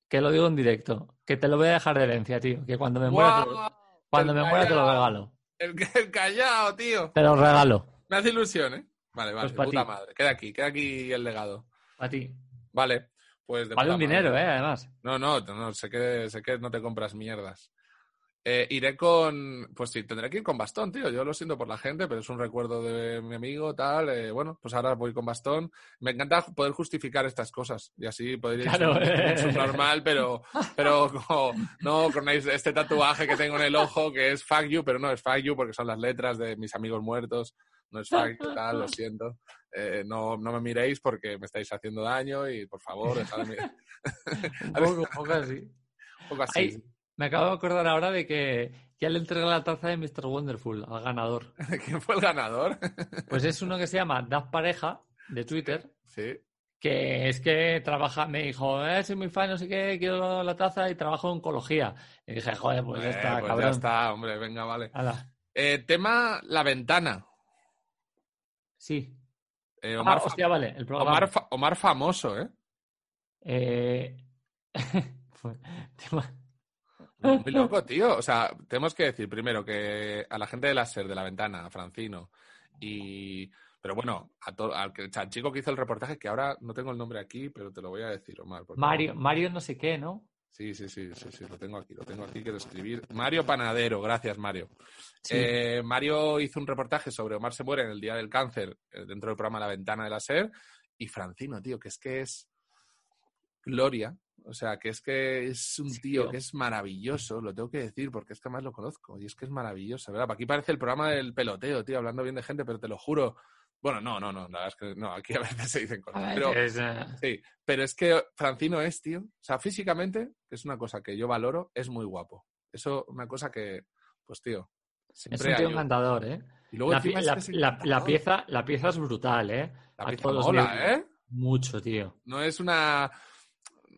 D: que lo digo en directo, que te lo voy a dejar de herencia, tío, que cuando me muera, te lo-
C: ¡Guau!
D: cuando me muera te lo
C: callao.
D: regalo,
C: El, el callao, tío.
D: te lo regalo,
C: Me hace ilusión, ¿eh? Vale, vale,
D: Pues pa'
C: de puta
D: ti.
C: madre. Queda aquí, queda aquí el legado.
D: a ti.
C: Vale, pues de
D: Vale
C: puta
D: un
C: madre.
D: dinero, eh, además.
C: No, no, no, no, sé que, sé que no te compras mierdas. Eh, iré con. Pues sí, tendré que ir con bastón, tío. Yo lo siento por la gente, pero es un recuerdo de mi amigo, tal. eh, bueno, pues ahora voy con bastón. Me encanta poder justificar estas cosas y así poder ir
D: Claro.
C: normal, pero, pero como, no con este tatuaje que tengo en el ojo que es fuck you, pero no es fuck you porque son las letras de mis amigos muertos. No es fuck you, tal, lo siento. Eh, no, no me miréis porque me estáis haciendo daño y por favor, dejad de mirar.
D: (laughs) Un
C: A ver.
D: poco, un poco
C: Ah,
D: así.
C: Un poco así.
D: Ay, me acabo de acordar ahora de que ya le entregué la taza de Mr. Wonderful al ganador.
C: ¿Quién fue el ganador?
D: Pues es uno que se llama Daf Pareja de Twitter,
C: (laughs) Sí.
D: que es que trabaja, me dijo, eh, soy muy fan, no sé qué, quiero la taza y trabajo en oncología. Y dije, joder, pues ya
C: Eh,
D: está,
C: pues ya
D: cabrón.
C: está, hombre, venga, vale.
D: Hala.
C: Eh, tema la ventana.
D: Sí.
C: Eh,
D: Ah,
C: Omar, fa-
D: hostia, vale, el programa.
C: Omar fa- Omar famoso, ¿eh?
D: Eh, (laughs) fue- tema-
C: Muy loco, tío. O sea, tenemos que decir primero que a la gente de láser, de la ventana, a Francino, y. Pero bueno, a to- al, que- al chico que hizo el reportaje, que ahora no tengo el nombre aquí, pero te lo voy a decir, Omar. porque-
D: Mario, Mario no sé qué, ¿no?
C: Sí, sí, sí, sí, sí, lo tengo aquí, lo tengo aquí, quiero escribir. Mario Panadero, gracias, Mario.
D: Sí.
C: Eh, Mario hizo un reportaje sobre Omar se muere en el Día del Cáncer eh, dentro del programa La Ventana de la SER y Francino, tío, que es que es gloria. O sea, que es que es un
D: Sí,
C: tío
D: tío.
C: que es maravilloso, lo tengo que decir porque es que además lo conozco y es que es maravilloso, ¿verdad? Aquí parece el programa del peloteo, tío, hablando bien de gente, pero te lo juro. Bueno, no, no, no, la verdad es que no, aquí a veces se dicen cosas.
D: A ver,
C: pero-
D: es, eh,
C: Sí, pero es que Francino es, tío. O sea, físicamente, que es una cosa que yo valoro, es muy guapo. Eso, una cosa que, pues, tío,
D: es
C: siempre
D: un tío
C: ayuda.
D: encantador, ¿eh?
C: Y luego
D: La
C: encima
D: pi-
C: es
D: la-
C: que es
D: la- la
C: encantador.
D: pieza, la pieza es brutal, ¿eh?
C: La
D: a
C: pieza
D: todos los
C: mola,
D: niveles.
C: ¿eh?
D: Mucho, tío.
C: No es una.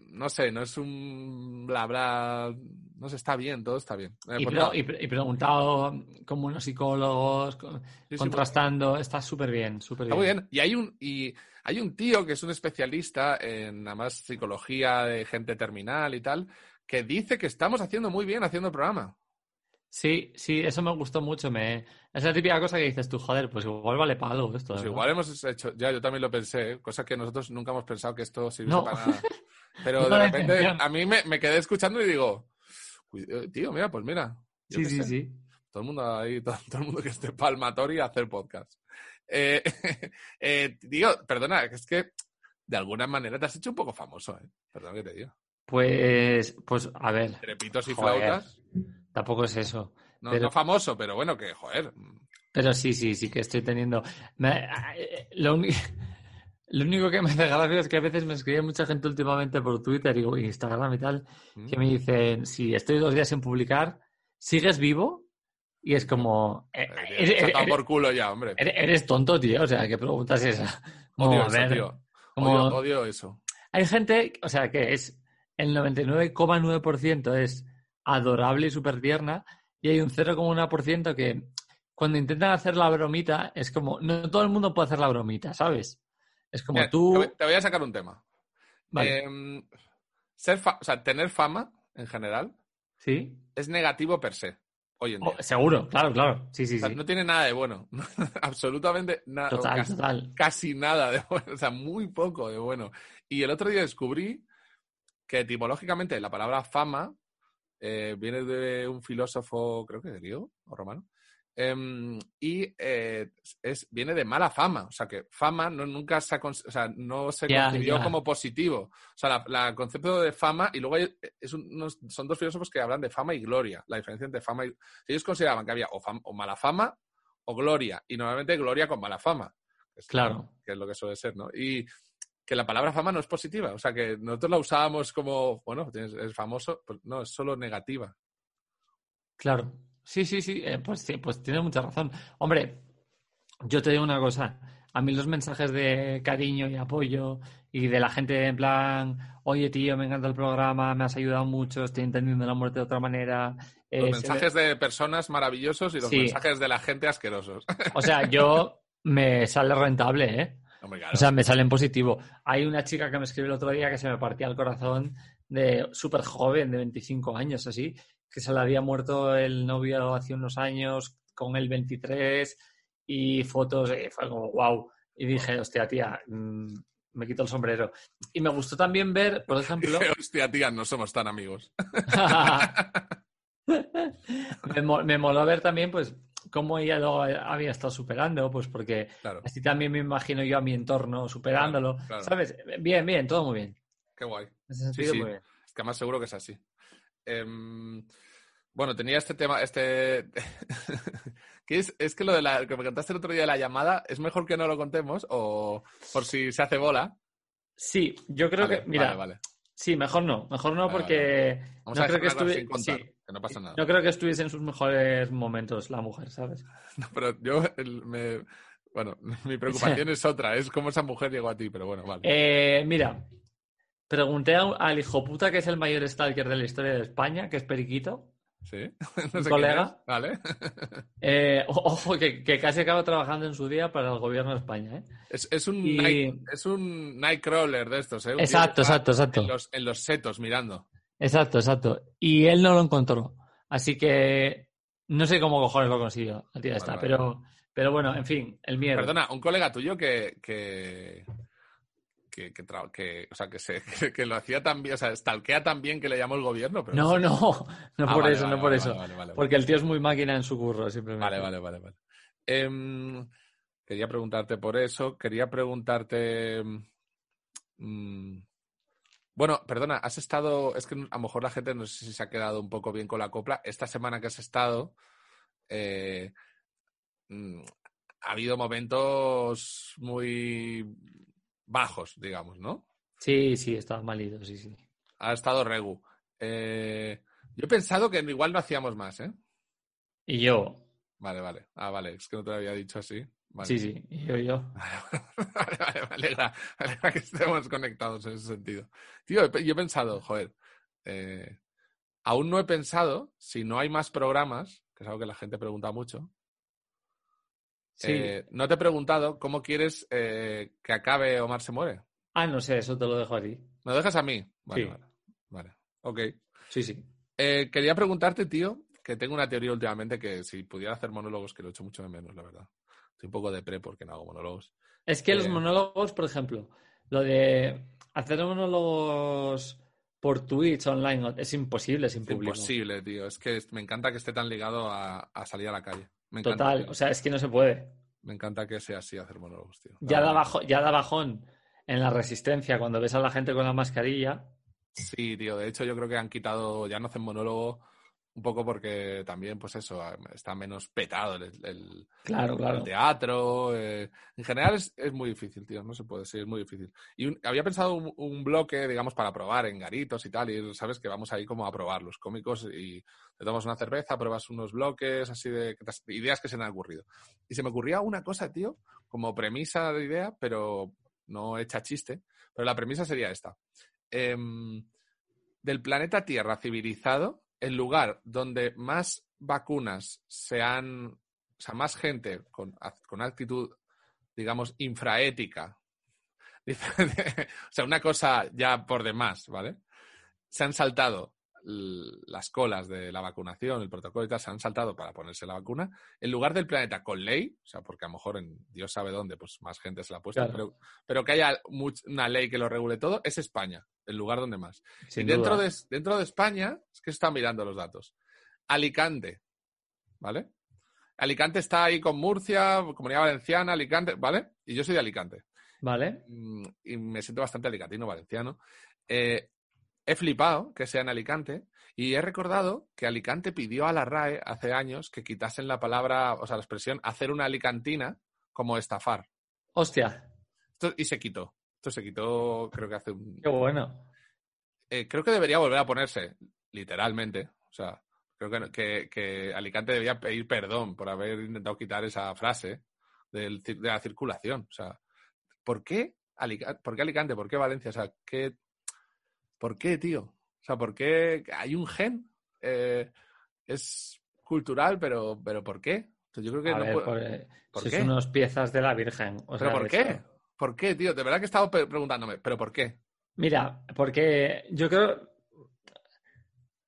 C: No sé, no es un bla bla. No sé, está bien, todo está bien. Eh,
D: Y,
C: pues
D: pre-
C: nada.
D: y pre- y preguntado como unos psicólogos, co-
C: Sí, sí,
D: contrastando, está súper bien, súper
C: Está muy bien. Y hay un, y hay un tío que es un especialista en además psicología de gente terminal y tal, que dice que estamos haciendo muy bien haciendo el programa.
D: Sí, sí, eso me gustó mucho. Me... Es la típica cosa que dices tú, joder, pues igual vale para algo esto.
C: Pues
D: ¿no?
C: igual hemos hecho, ya yo también lo pensé, ¿eh? cosa que nosotros nunca hemos pensado que esto sirve
D: (laughs) No.
C: para nada. Pero
D: No
C: de
D: la
C: repente
D: intención.
C: a mí me, me quedé escuchando y digo, Cuid- eh, Tío, mira, pues mira. yo
D: Sí,
C: qué
D: sí,
C: sé.
D: sí.
C: Todo el mundo ahí, (laughs) todo, todo el mundo que esté palmatorio a hacer podcast. Eh, (laughs) eh, tío, perdona, es que de alguna manera te has hecho un poco famoso, ¿eh? Perdón que te digo.
D: Pues, pues, a ver,
C: Trepitos y
D: Joder.
C: flautas.
D: tampoco es eso.
C: No,
D: Pero-
C: no famoso, pero bueno, que joder. Mm,
D: Pero sí, sí, sí que estoy teniendo. me- ah, eh, lo, uni- (laughs) lo único que me hace gracia es que a veces me escribe mucha gente últimamente por Twitter y Instagram y tal,
C: Mm.
D: que me dicen, si estoy dos días sin publicar, ¿sigues vivo? Y es como, eh,
C: Eh, tío,
D: eres,
C: te has
D: eres-
C: dado por culo ya, hombre.
D: eres- eres tonto, tío. O sea, ¿qué preguntas es esa? Como,
C: Odio
D: a
C: eso,
D: ver,
C: tío.
D: como-
C: Odio, odio eso.
D: Hay gente, o sea, que es el 99,9% es adorable y súper tierna, y hay un 0,1% que cuando intentan hacer la bromita, es como, no todo el mundo puede hacer la bromita, ¿sabes? Es como
C: Mira,
D: tú.
C: te voy- Te voy a sacar un tema.
D: Vale,
C: Em, ser fa- o sea, tener fama en general
D: sí.
C: es negativo per se, hoy en día.
D: Oh, seguro, claro, claro. Sí, sí,
C: O sea,
D: sí.
C: No tiene nada de bueno. (laughs) Absolutamente nada. o
D: Total,
C: casi,
D: total.
C: casi nada de (laughs) bueno. O sea, muy poco de bueno. Y el otro día descubrí que etimológicamente la palabra fama eh, viene de un filósofo, creo que griego o romano. em, y eh, es, viene de mala fama. O sea, que fama no, nunca se, ha cons- o sea, no se
D: Ya,
C: concibió
D: ya.
C: como positivo. O sea, la, la- el concepto de fama, y luego hay- es un- unos- son dos filósofos que hablan de fama y gloria. La diferencia entre fama y. Ellos consideraban que había o, fam- o mala fama o gloria. Y normalmente gloria con mala fama. que es-
D: Claro.
C: Que es lo que suele ser, ¿no? Y que la palabra fama no es positiva. O sea, que nosotros la usábamos como, bueno, tienes- es famoso. pues no, es solo negativa.
D: Claro. Sí, sí, sí. eh, pues sí, pues tiene mucha razón. Hombre, yo te digo una cosa. A mí los mensajes de cariño y apoyo y de la gente en plan, oye tío, me encanta el programa, me has ayudado mucho, estoy entendiendo la muerte de otra manera. eh,
C: Los
D: se
C: mensajes de personas maravillosos y los
D: Sí.
C: mensajes de la gente asquerosos. (laughs)
D: ve-". O sea, yo me sale rentable, ¿eh?
C: Hombre, claro.
D: O sea, me sale en positivo. Hay una chica que me escribió el otro día que se me partía el corazón de súper joven, de 25 años, así, que se le había muerto el novio hace unos años con el 23 y fotos, eh, fue como wow. Y dije, hostia, tía, mm, me quito el sombrero. Y me gustó también ver, por
C: (laughs)
D: ejemplo,
C: Dije, (laughs) Hostia, tía, no somos tan amigos.
D: (laughs)
C: (laughs)
D: me, mo- me moló ver también, pues, cómo ella lo había estado superando, pues porque
C: Claro,
D: así también me imagino yo a mi entorno superándolo,
C: claro.
D: ¿sabes? Bien, bien, todo muy bien.
C: qué guay.
D: En ese sentido,
C: sí.
D: muy bien.
C: Es que más seguro que es así. Em, bueno, tenía este tema, este... (laughs) que es, es que lo de la, que me contaste el otro día de la llamada, ¿es mejor que no lo contemos o por si se hace bola?
D: Sí, yo creo
C: Vale,
D: que, mira,
C: vale, vale.
D: sí, mejor no, mejor no
C: Vale,
D: porque
C: Vamos
D: no
C: a
D: creo que
C: dejarla
D: estuvi-
C: sin contar,
D: sí,
C: que no pasa nada.
D: no creo que estuviese en sus mejores momentos la mujer, ¿sabes?
C: No, (laughs) pero yo, el- me- bueno, (laughs) mi preocupación es otra, es cómo esa mujer llegó a ti, pero bueno, vale.
D: Eh, mira, pregunté a un- al hijo puta que es el mayor stalker de la historia de España, que es Periquito.
C: ¿Sí? (laughs)
D: un
C: quién
D: colega.
C: es, Vale. (laughs)
D: Eh, (laughs) o- ojo, que, que casi acabo trabajando en su día para el gobierno de España, ¿eh?
C: Es, es un
D: Y-
C: night, es un nightcrawler de estos, ¿eh? Un tío que
D: Exacto,
C: está
D: exacto, exacto.
C: En los, en los setos mirando.
D: Exacto, exacto. Y él no lo encontró. Así que no sé cómo cojones lo consiguió la tía
C: Vale,
D: esta,
C: vale.
D: pero, pero bueno, en fin, el miedo.
C: Perdona, un colega tuyo que. que... Que, que, tra- que- o sea, que, se, (laughs) que, que lo hacía tan bien, o sea, stalkea tan bien que le llamó el gobierno. Pero
D: No, no, (laughs) no
C: Ah,
D: por
C: vale,
D: eso,
C: vale,
D: no por
C: vale,
D: eso.
C: Vale, vale, vale.
D: Porque el tío es muy máquina en su curro, simplemente.
C: Vale, vale, vale, vale. Em, quería preguntarte por eso. Quería preguntarte. mm, bueno, perdona, has estado. Es que a lo mejor la gente no sé si se ha quedado un poco bien con la copla. Esta semana que has estado. eh, mm, ha habido momentos muy bajos, digamos, ¿no?
D: Sí, sí, estaba malito, sí, sí.
C: Ha estado Regu. Eh, yo he pensado que igual no hacíamos más, ¿eh?
D: Y yo,
C: Vale, vale. Ah, vale, es que no te lo había dicho así. Vale.
D: sí, sí, y yo, yo.
C: Vale, vale, me alegra, me alegra que estemos conectados en ese sentido. Tío, he pe- yo he pensado, joder, eh, aún no he pensado si no hay más programas, que es algo que la gente pregunta mucho.
D: Sí.
C: eh, no te he preguntado cómo quieres eh, que acabe Omar se muere.
D: Ah, no sé, eso te lo dejo a ti.
C: ¿Me lo dejas a mí? Vale,
D: Sí.
C: vale. Vale, ok.
D: Sí, sí.
C: Eh, quería preguntarte, tío, que tengo una teoría últimamente que si pudiera hacer monólogos, que lo echo mucho de menos, la verdad. Estoy un poco de pre porque no hago monólogos.
D: Es que los
C: Eh.
D: monólogos, por ejemplo, lo de hacer monólogos por Twitch online. Es imposible sin público.
C: Imposible, tío. Es que es- me encanta que esté tan ligado a, a salir a la calle. Me encanta,
D: Total,
C: tío.
D: o sea, es que no se puede.
C: me encanta que sea así hacer monólogos, tío.
D: Ya
C: La
D: da,
C: verdad.
D: bajo, ya da bajón en la resistencia cuando ves a la gente con la mascarilla.
C: Sí, tío. De hecho, yo creo que han quitado, ya no hacen monólogo un poco porque también, pues eso, está menos petado el, el-
D: Claro,
C: el
D: claro.
C: teatro. eh. En general es, es muy difícil, tío. No se puede, sí, es muy difícil. Y un- había pensado un, un bloque, digamos, para probar en garitos y tal. Y sabes que vamos ahí como a probar los cómicos y te tomas una cerveza, pruebas unos bloques, así de que te has- ideas que se te han ocurrido. Y se me ocurría una cosa, tío, como premisa de idea, pero no hecha chiste. Pero la premisa sería esta. Em, del planeta Tierra civilizado, el lugar donde más vacunas se han, o sea, más gente con, ac- con actitud, digamos, infraética, (laughs) dice- o sea, una cosa ya por demás, ¿vale? Se han saltado l- las colas de la vacunación, el protocolo y tal, se han saltado para ponerse la vacuna, en lugar del planeta con ley, o sea, porque a lo mejor en Dios sabe dónde, pues más gente se la ha puesto,
D: Claro.
C: pero, pero que haya much- una ley que lo regule todo, es España, el lugar donde más y
D: sin
C: dentro
D: duda.
C: de, dentro de España, es que están mirando los datos. Alicante, ¿vale? Alicante está ahí con Murcia, Comunidad Valenciana, Alicante, ¿vale? Y yo soy de Alicante.
D: ¿Vale?
C: Mm, Y me siento bastante alicantino, valenciano. Eh, he flipado que sea en Alicante y he recordado que Alicante pidió a la RAE hace años que quitasen la palabra, o sea, la expresión hacer una alicantina como estafar.
D: Hostia,
C: Esto- y se quitó. Esto se quitó, creo que hace un,
D: qué bueno.
C: eh, creo que debería volver a ponerse, literalmente. O sea, creo que, no- que- que Alicante debía pedir perdón por haber intentado quitar esa frase del cir- de la circulación. O sea, ¿por qué, Alica- ¿por qué Alicante? ¿Por qué Valencia? O sea, ¿qué, ¿por qué, tío? O sea, ¿por qué hay un gen? Eh, es cultural, pero, pero ¿por qué? O sea, Yo creo que
D: A
C: no
D: ver,
C: puedo-
D: por, eh,
C: ¿por
D: sois
C: qué?
D: unos piezas de la Virgen. o
C: ¿Pero
D: sea,
C: por
D: de
C: qué?
D: hecho.
C: ¿Por qué, tío? De verdad que he estado pe- preguntándome, ¿pero por qué?
D: Mira, porque yo creo.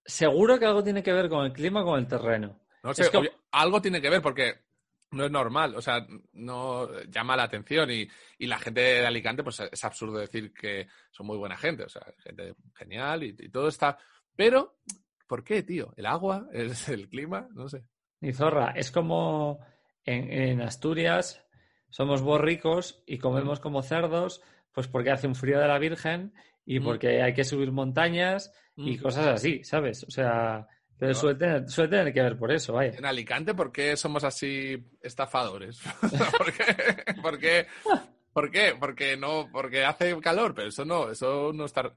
D: Seguro que algo tiene que ver con el clima, con el terreno.
C: No sé,
D: Es que-
C: obvio- algo tiene que ver porque no es normal, o sea, no llama la atención y, y la gente de Alicante, pues es absurdo decir que son muy buena gente, o sea, gente genial y, y todo está. Pero, ¿por qué, tío? ¿El agua? ¿Es el clima? No sé.
D: Y zorra, es como en, en Asturias somos borricos y comemos como cerdos, pues porque hace un frío de la Virgen y
C: Mm.
D: porque hay que subir montañas y
C: Mm.
D: cosas así, ¿sabes? O sea, pero
C: Pero-
D: suele tener, suele tener que ver por eso, vaya.
C: En Alicante, ¿por qué somos así estafadores? (laughs) ¿Por qué? ¿Por qué? ¿Por qué? Porque no, porque hace calor, pero eso no, eso no está.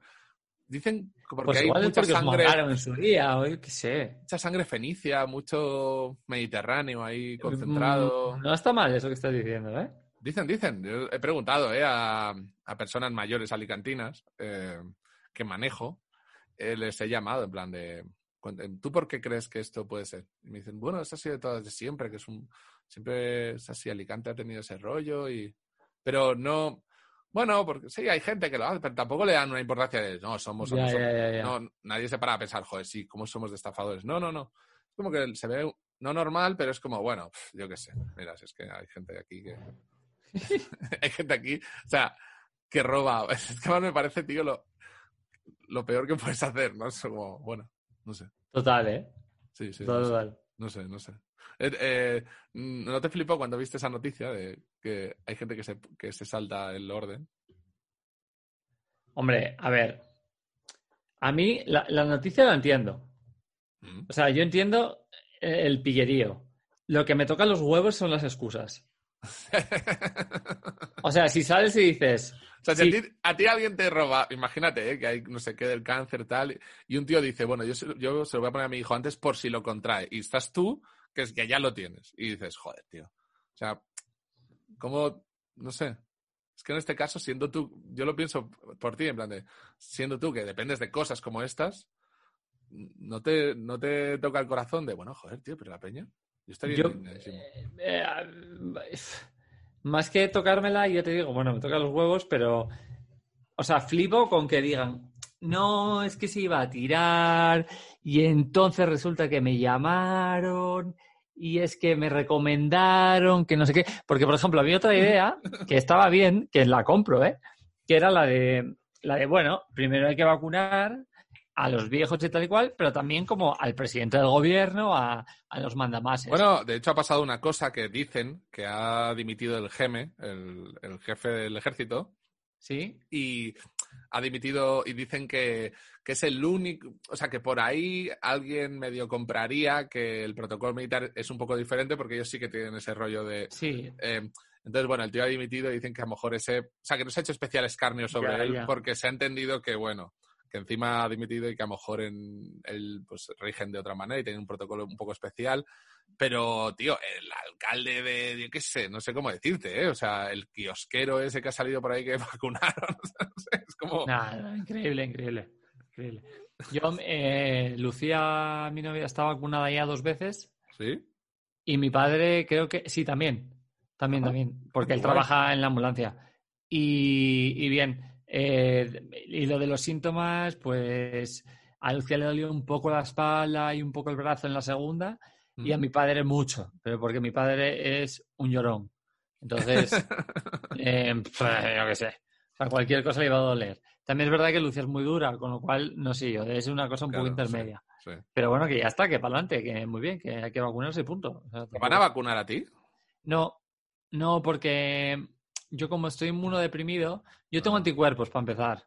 C: Dicen que porque
D: Pues
C: hay
D: igual es
C: mucha
D: porque os
C: sangre.
D: mangaron en su día, o yo qué sé.
C: mucha sangre fenicia, mucho mediterráneo ahí concentrado.
D: Mm, No está mal eso que estás diciendo, ¿eh?
C: Dicen, dicen. Yo he preguntado ¿eh? a, a personas mayores alicantinas eh, que manejo. eh, les he llamado en plan de, "Cuént- ¿tú por qué crees que esto puede ser? Y me dicen, bueno, es así de todo desde siempre, que es un, siempre es así, Alicante ha tenido ese rollo y... Pero no... Bueno, porque sí, hay gente que lo hace, pero tampoco le dan una importancia de, no, somos... o no
D: Ya,
C: somos".
D: ya, ya, ya.
C: No, nadie se para a pensar, joder, sí, ¿cómo somos de estafadores? No, no, no. Es como que se ve no normal, pero es como, bueno, pf, yo qué sé. Mira, si es que hay gente aquí que. (laughs) hay gente aquí, o sea, que roba. (laughs) Es que más me parece, tío, lo, lo peor que puedes hacer, ¿no? Es como, bueno, no sé.
D: Total, ¿eh?
C: Sí, sí.
D: total,
C: no sé.
D: total.
C: No sé, no sé. Eh, eh, mm, ¿No te flipó cuando viste esa noticia de que hay gente que se, que se salta el orden?
D: Hombre, a ver. A mí la, la noticia la entiendo.
C: Mm, (laughs)
D: O sea, yo entiendo eh, el pillerío. Lo que me toca los huevos son las excusas. O sea, si sales y dices,
C: O sea, si
D: Sí.
C: a, ti, a ti alguien te roba, imagínate, ¿eh? que hay no sé qué del cáncer, tal, y un tío dice, bueno, yo se, yo se lo voy a poner a mi hijo antes por si lo contrae, y estás tú, que, es, que ya lo tienes, y dices, joder, tío. O sea, ¿cómo? No sé. Es que en este caso, siendo tú, yo lo pienso por ti, en plan de, siendo tú que dependes de cosas como estas, no te, no te toca el corazón de, bueno, joder, tío, pero la peña. Yo estaría
D: Yo-
C: indignadísimo.
D: eh, más que tocármela, yo te digo, bueno, me toca los huevos, pero, o sea, flipo con que digan, no, es que se iba a tirar y entonces resulta que me llamaron y es que me recomendaron que no sé qué. Porque, por ejemplo, había otra idea que estaba bien, que la compro, ¿eh? Que era la de, la de, bueno, primero hay que vacunar a los viejos y tal y cual, pero también como al presidente del gobierno, a, a los mandamases.
C: Bueno, de hecho ha pasado una cosa que dicen que ha dimitido el GEME, el, el jefe del ejército,
D: ¿Sí?
C: y ha dimitido y dicen que, que es el único, o sea, que por ahí alguien medio compraría que el protocolo militar es un poco diferente porque ellos sí que tienen ese rollo de...
D: Sí,
C: eh, entonces, bueno, el tío ha dimitido y dicen que a lo mejor ese... O sea, que no se ha hecho especial escarnio sobre
D: Ya,
C: él
D: ya.
C: porque se ha entendido que, bueno, que encima ha dimitido y que a lo mejor en él pues rigen de otra manera y tiene un protocolo un poco especial. Pero, tío, el alcalde de, yo qué sé, no sé cómo decirte, ¿eh? O sea, el kiosquero ese que ha salido por ahí que (laughs) vacunaron, o sea, no sé, es como...
D: nada, increíble, increíble. increíble. Yo, eh, Lucía, mi novia, está vacunada ya dos veces
C: ¿Sí?
D: y mi padre creo que sí, también. También, también, porque él
C: Ah, guay.
D: trabaja en la ambulancia. Y, y bien, eh, y lo de los síntomas, pues a Lucía le dolió un poco la espalda y un poco el brazo en la segunda. Y a mi padre mucho, pero porque mi padre es un llorón. Entonces,
C: (laughs)
D: eh, pf, yo qué sé. O sea, cualquier cosa le iba a doler. También es verdad que Lucia es muy dura, con lo cual, no sé yo, debe ser una cosa un
C: Claro,
D: poco intermedia.
C: Sí.
D: Pero bueno, que ya está, que para adelante, que muy bien, que hay que vacunarse y punto. O
C: ¿Te
D: sea, tampoco-
C: van a vacunar a ti?
D: No, no, porque yo como estoy inmunodeprimido, yo tengo
C: Ah.
D: anticuerpos para empezar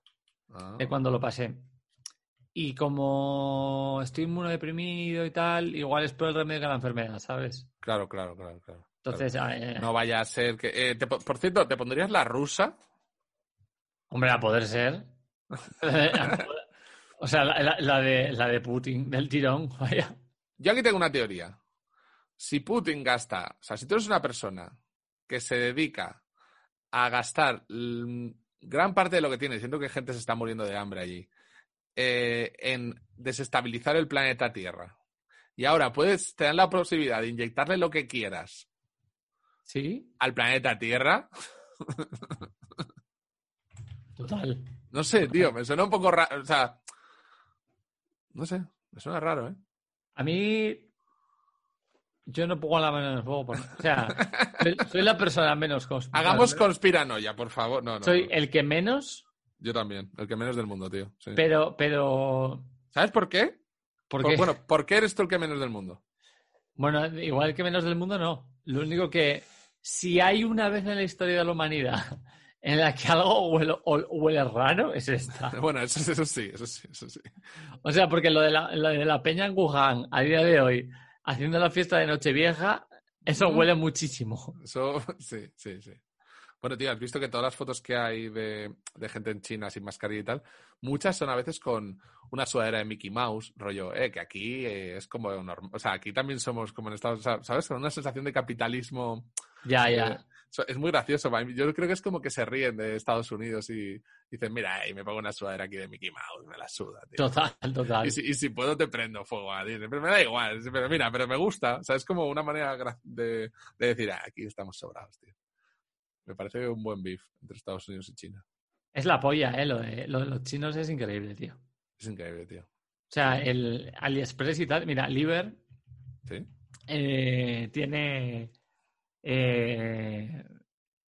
C: Ah,
D: de cuando lo pasé. Y como estoy inmunodeprimido y tal, igual es por el remedio que la enfermedad, ¿sabes?
C: Claro, claro, claro, claro.
D: Entonces, eh,
C: Claro. No vaya a ser que... eh, te po- por cierto, ¿te pondrías la rusa?
D: hombre, a poder
C: (laughs)
D: ser. o sea, la, la- la de, la de Putin, del tirón, (laughs) vaya.
C: Yo aquí tengo una teoría. Si Putin gasta, o sea, si tú eres una persona que se dedica a gastar mm, gran parte de lo que tiene, siento que gente se está muriendo de hambre allí, eh, en desestabilizar el planeta Tierra. Y ahora puedes tener la posibilidad de inyectarle lo que quieras
D: Sí,
C: al planeta Tierra.
D: total.
C: No sé, tío, me suena un poco raro. O sea, no sé, me suena raro, ¿eh?
D: A mí. Yo no pongo la mano en el fuego. por- O sea, soy, soy la persona menos conspiranoica.
C: Hagamos conspiranoia, por favor. No, no.
D: Soy
C: no.
D: el que menos,
C: Yo también, el que menos del mundo, tío. sí.
D: pero. pero
C: ¿Sabes por qué?
D: porque,
C: Por- bueno, ¿por qué eres tú el que menos del mundo? (laughs)
D: bueno, igual que menos del mundo, no. Lo único que. Si hay una vez en la historia de la humanidad en la que algo huele, ol- huele raro, es esta.
C: Bueno, eso, eso sí, eso sí, eso sí.
D: O sea, porque lo de, la, lo de la peña en Wuhan a día de hoy, haciendo la fiesta de Nochevieja, eso huele muchísimo. (laughs)
C: Eso, (laughs) sí, sí, sí. Bueno, tío, has visto que todas las fotos que hay de, de gente en China sin mascarilla y tal, muchas son a veces con una sudadera de Mickey Mouse, rollo, eh, que aquí eh, es como normal. O sea, aquí también somos como en Estados Unidos, ¿sabes? Con una sensación de capitalismo.
D: Ya, ya.
C: eh, so- es muy gracioso. para mí. Yo creo que es como que se ríen de Estados Unidos y dicen, mira, eh, me pongo una sudadera aquí de Mickey Mouse, me la suda, tío.
D: Total, total.
C: eh, Y si, y si puedo, te prendo fuego a ti. Pero me da igual. Pero mira, pero me gusta. O sea, es como una manera gra- de, de decir, "Ah, aquí estamos sobrados, tío. Me parece un buen beef entre Estados Unidos y China.
D: Es la polla, ¿eh? Lo de, lo de los chinos es increíble, tío. O
C: Es increíble, tío.
D: sea, el AliExpress y tal. Mira, Liber
C: ¿Sí?
D: eh, tiene. eh,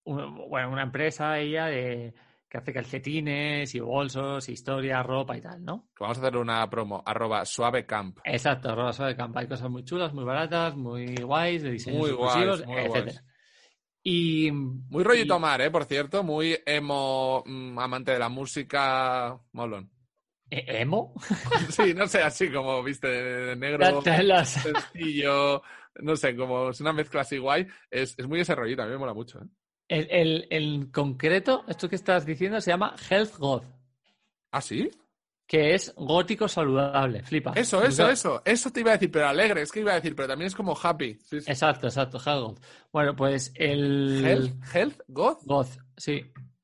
D: un- bueno, una empresa ella de, que hace calcetines y bolsos, historia, ropa y tal, ¿no?
C: Vamos a hacer una promo, arroba suavecamp.
D: Exacto, ropa suave de campo. Hay cosas muy chulas, muy baratas, muy guays, de diseños
C: Muy guays,
D: exclusivos,
C: muy guays.
D: etcétera. Y.
C: Muy rollito mar, ¿eh? Por cierto, muy emo, mm, amante de la música, molón. (laughs)
D: ¿E- ¿Emo? (laughs)
C: Sí, no sé, así como, viste, de, de negro,
D: Date las-
C: sencillo, no sé, como es una mezcla así guay. Es, es muy ese rollito, a mí me mola mucho, ¿eh?
D: El, el- el concreto, esto que estás diciendo, se llama Health God.
C: ¿Ah, sí?
D: que es gótico saludable, flipa.
C: Eso, eso,
D: Yo-
C: eso. Eso te iba a decir, pero alegre. Es que iba a decir, pero también es como happy. Sí, sí.
D: Exacto, exacto, Helgoth. Bueno, pues el
C: Health, health, goth,
D: Goth, sí,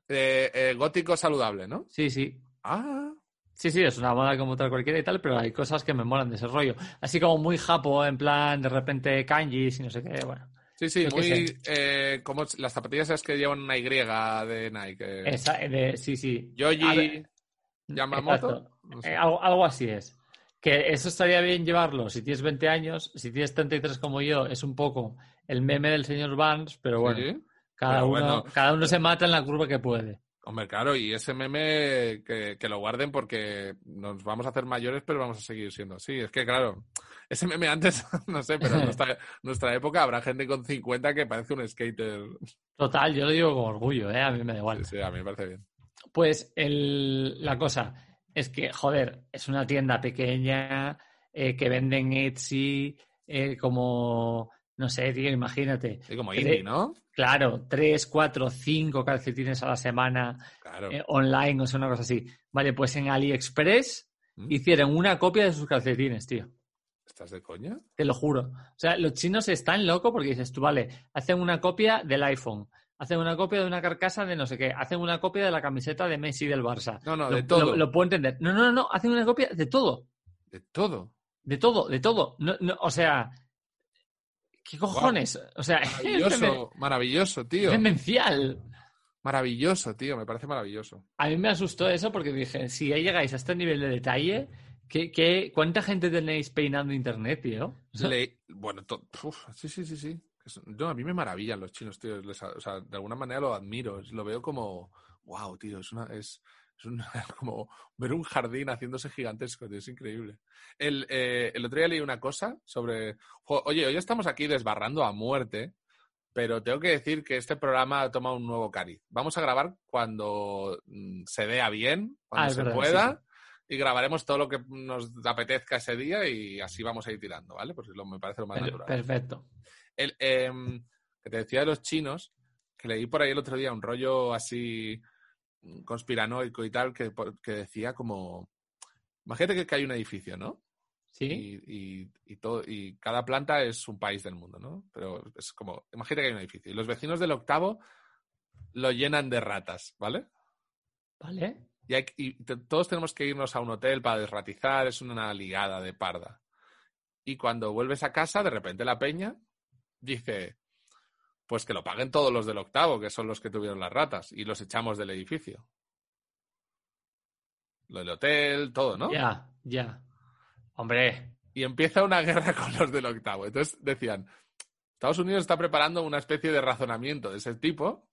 C: eh, eh, gótico saludable, ¿no?
D: sí, sí.
C: Ah,
D: Sí, sí, es una moda como tal cualquiera y tal, pero hay cosas que me molan de ese rollo. Así como muy japo, en plan, de repente kanjis y no sé qué, bueno.
C: sí, sí,
D: Yo qué
C: muy eh, como las zapatillas esas que llevan una Y de Nike. eh,
D: Esa- de- sí, sí. A
C: Yoji
D: ver,
C: Yamamoto.
D: exacto.
C: No
D: Eh,
C: sé.
D: algo, algo así es. Que eso estaría bien llevarlo si tienes 20 años, si tienes 33 como yo, es un poco el meme del señor Barnes, pero bueno,
C: Sí, sí.
D: cada,
C: Pero
D: uno,
C: bueno.
D: cada uno se mata en la curva que puede.
C: Hombre, claro, y ese meme que, que lo guarden porque nos vamos a hacer mayores, pero vamos a seguir siendo así. Es que, claro, ese meme antes, (laughs) no sé, pero en nuestra, nuestra época habrá gente con 50 que parece un skater.
D: Total, yo lo digo con orgullo, ¿eh? A mí me da igual.
C: Sí, sí, a mí me parece bien.
D: Pues el- la cosa es que, joder, es una tienda pequeña eh, que venden Etsy eh, como, no sé, tío, imagínate.
C: Y como
D: Cre-
C: indie, ¿no?
D: Claro, tres, cuatro, cinco calcetines a la semana
C: Claro.
D: eh, online o sea, una cosa así. Vale, pues en AliExpress
C: ¿Mm?
D: hicieron una copia de sus calcetines, tío.
C: ¿Estás de coña?
D: Te lo juro. O sea, los chinos están locos porque dices tú, vale, hacen una copia del iPhone, hacen una copia de una carcasa de no sé qué, hacen una copia de la camiseta de Messi del Barça.
C: No, no,
D: lo,
C: Ah, de todo.
D: lo- lo puedo entender. No, no, no, no, hacen una copia de todo.
C: De todo.
D: De todo, de todo. No, no, o sea, ¿qué cojones? O sea, (laughs) es demen-
C: Maravilloso, maravilloso, tío.
D: demencial.
C: Maravilloso, tío. Me parece maravilloso.
D: A mí me asustó eso porque dije, si ya llegáis a este nivel de detalle, ¿qué, qué, cuánta gente tenéis peinando internet, tío? O sea,
C: Le- Bueno, to- uf, sí, sí, sí, sí. Es- No, a mí me maravillan los chinos, tío. Les a- o sea, de alguna manera lo admiro. Es- Lo veo como, wow, tío, es una, es, es una- (laughs) como ver un jardín haciéndose gigantesco, tío, es increíble. El, eh, el otro día leí una cosa sobre, jo, oye, hoy estamos aquí desbarrando a muerte, pero tengo que decir que este programa toma un nuevo cariz. Vamos a grabar cuando mm, se vea bien, cuando
D: Ah, es
C: se
D: verdad,
C: pueda
D: sí,
C: y grabaremos todo lo que nos apetezca ese día y así vamos a ir tirando, ¿vale? Porque lo, me parece lo más
D: per-
C: natural.
D: perfecto.
C: El, em, que te decía de los chinos, que leí por ahí el otro día un rollo así mm, conspiranoico y tal, que, por- que decía como... Imagínate que, que hay un edificio, ¿no?
D: ¿Sí?
C: Y, y- y todo, y cada planta es un país del mundo, ¿no? Pero es como... Imagínate que hay un edificio. Y los vecinos del octavo lo llenan de ratas, ¿vale?
D: ¿Vale?
C: Y, hay- y te- todos tenemos que irnos a un hotel para desratizar, es una ligada de parda. Y cuando vuelves a casa, de repente la peña dice, pues que lo paguen todos los del octavo, que son los que tuvieron las ratas, y los echamos del edificio. Lo del hotel, todo, ¿no?
D: Ya, ya. Hombre,
C: Y empieza una guerra (laughs) con los del octavo. Entonces decían, Estados Unidos está preparando una especie de razonamiento de ese tipo.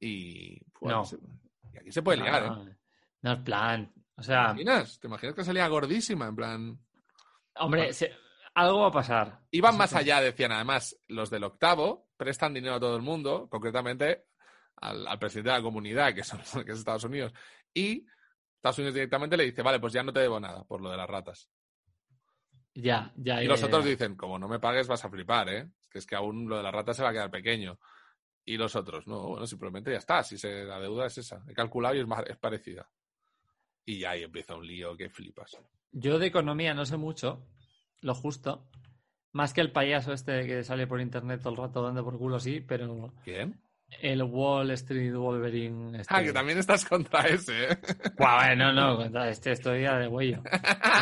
C: Y, pues,
D: No.
C: aquí se- y aquí se puede ligar, ¿eh?
D: no, no es plan. O sea,
C: ¿Te imaginas? ¿Te imaginas que salía gordísima? En plan.
D: hombre, se- algo va a pasar.
C: Iban más allá, decían además, los del octavo prestan dinero a todo el mundo, concretamente al, al presidente de la comunidad, que, son, (laughs) que es Estados Unidos. Y Estados Unidos directamente le dice, vale, pues ya no te debo nada por lo de las ratas.
D: Ya, ya.
C: Y
D: ya,
C: los
D: ya,
C: otros
D: ya.
C: dicen, como no me pagues vas a flipar, ¿eh? Que es que aún lo de las ratas se va a quedar pequeño. Y los otros, no, bueno, simplemente ya está, si se, la deuda es esa. He calculado y es, más, es parecida. Y ya ahí empieza un lío que flipas.
D: Yo de economía no sé mucho, lo justo. Más que el payaso este que sale por internet todo el rato dando por culo, sí, pero
C: ¿Quién?
D: el Wall Street Wolverine. Este...
C: Ah, que también estás contra ese, ¿eh?
D: Buah, bueno, no, contra este estoy ya de huello.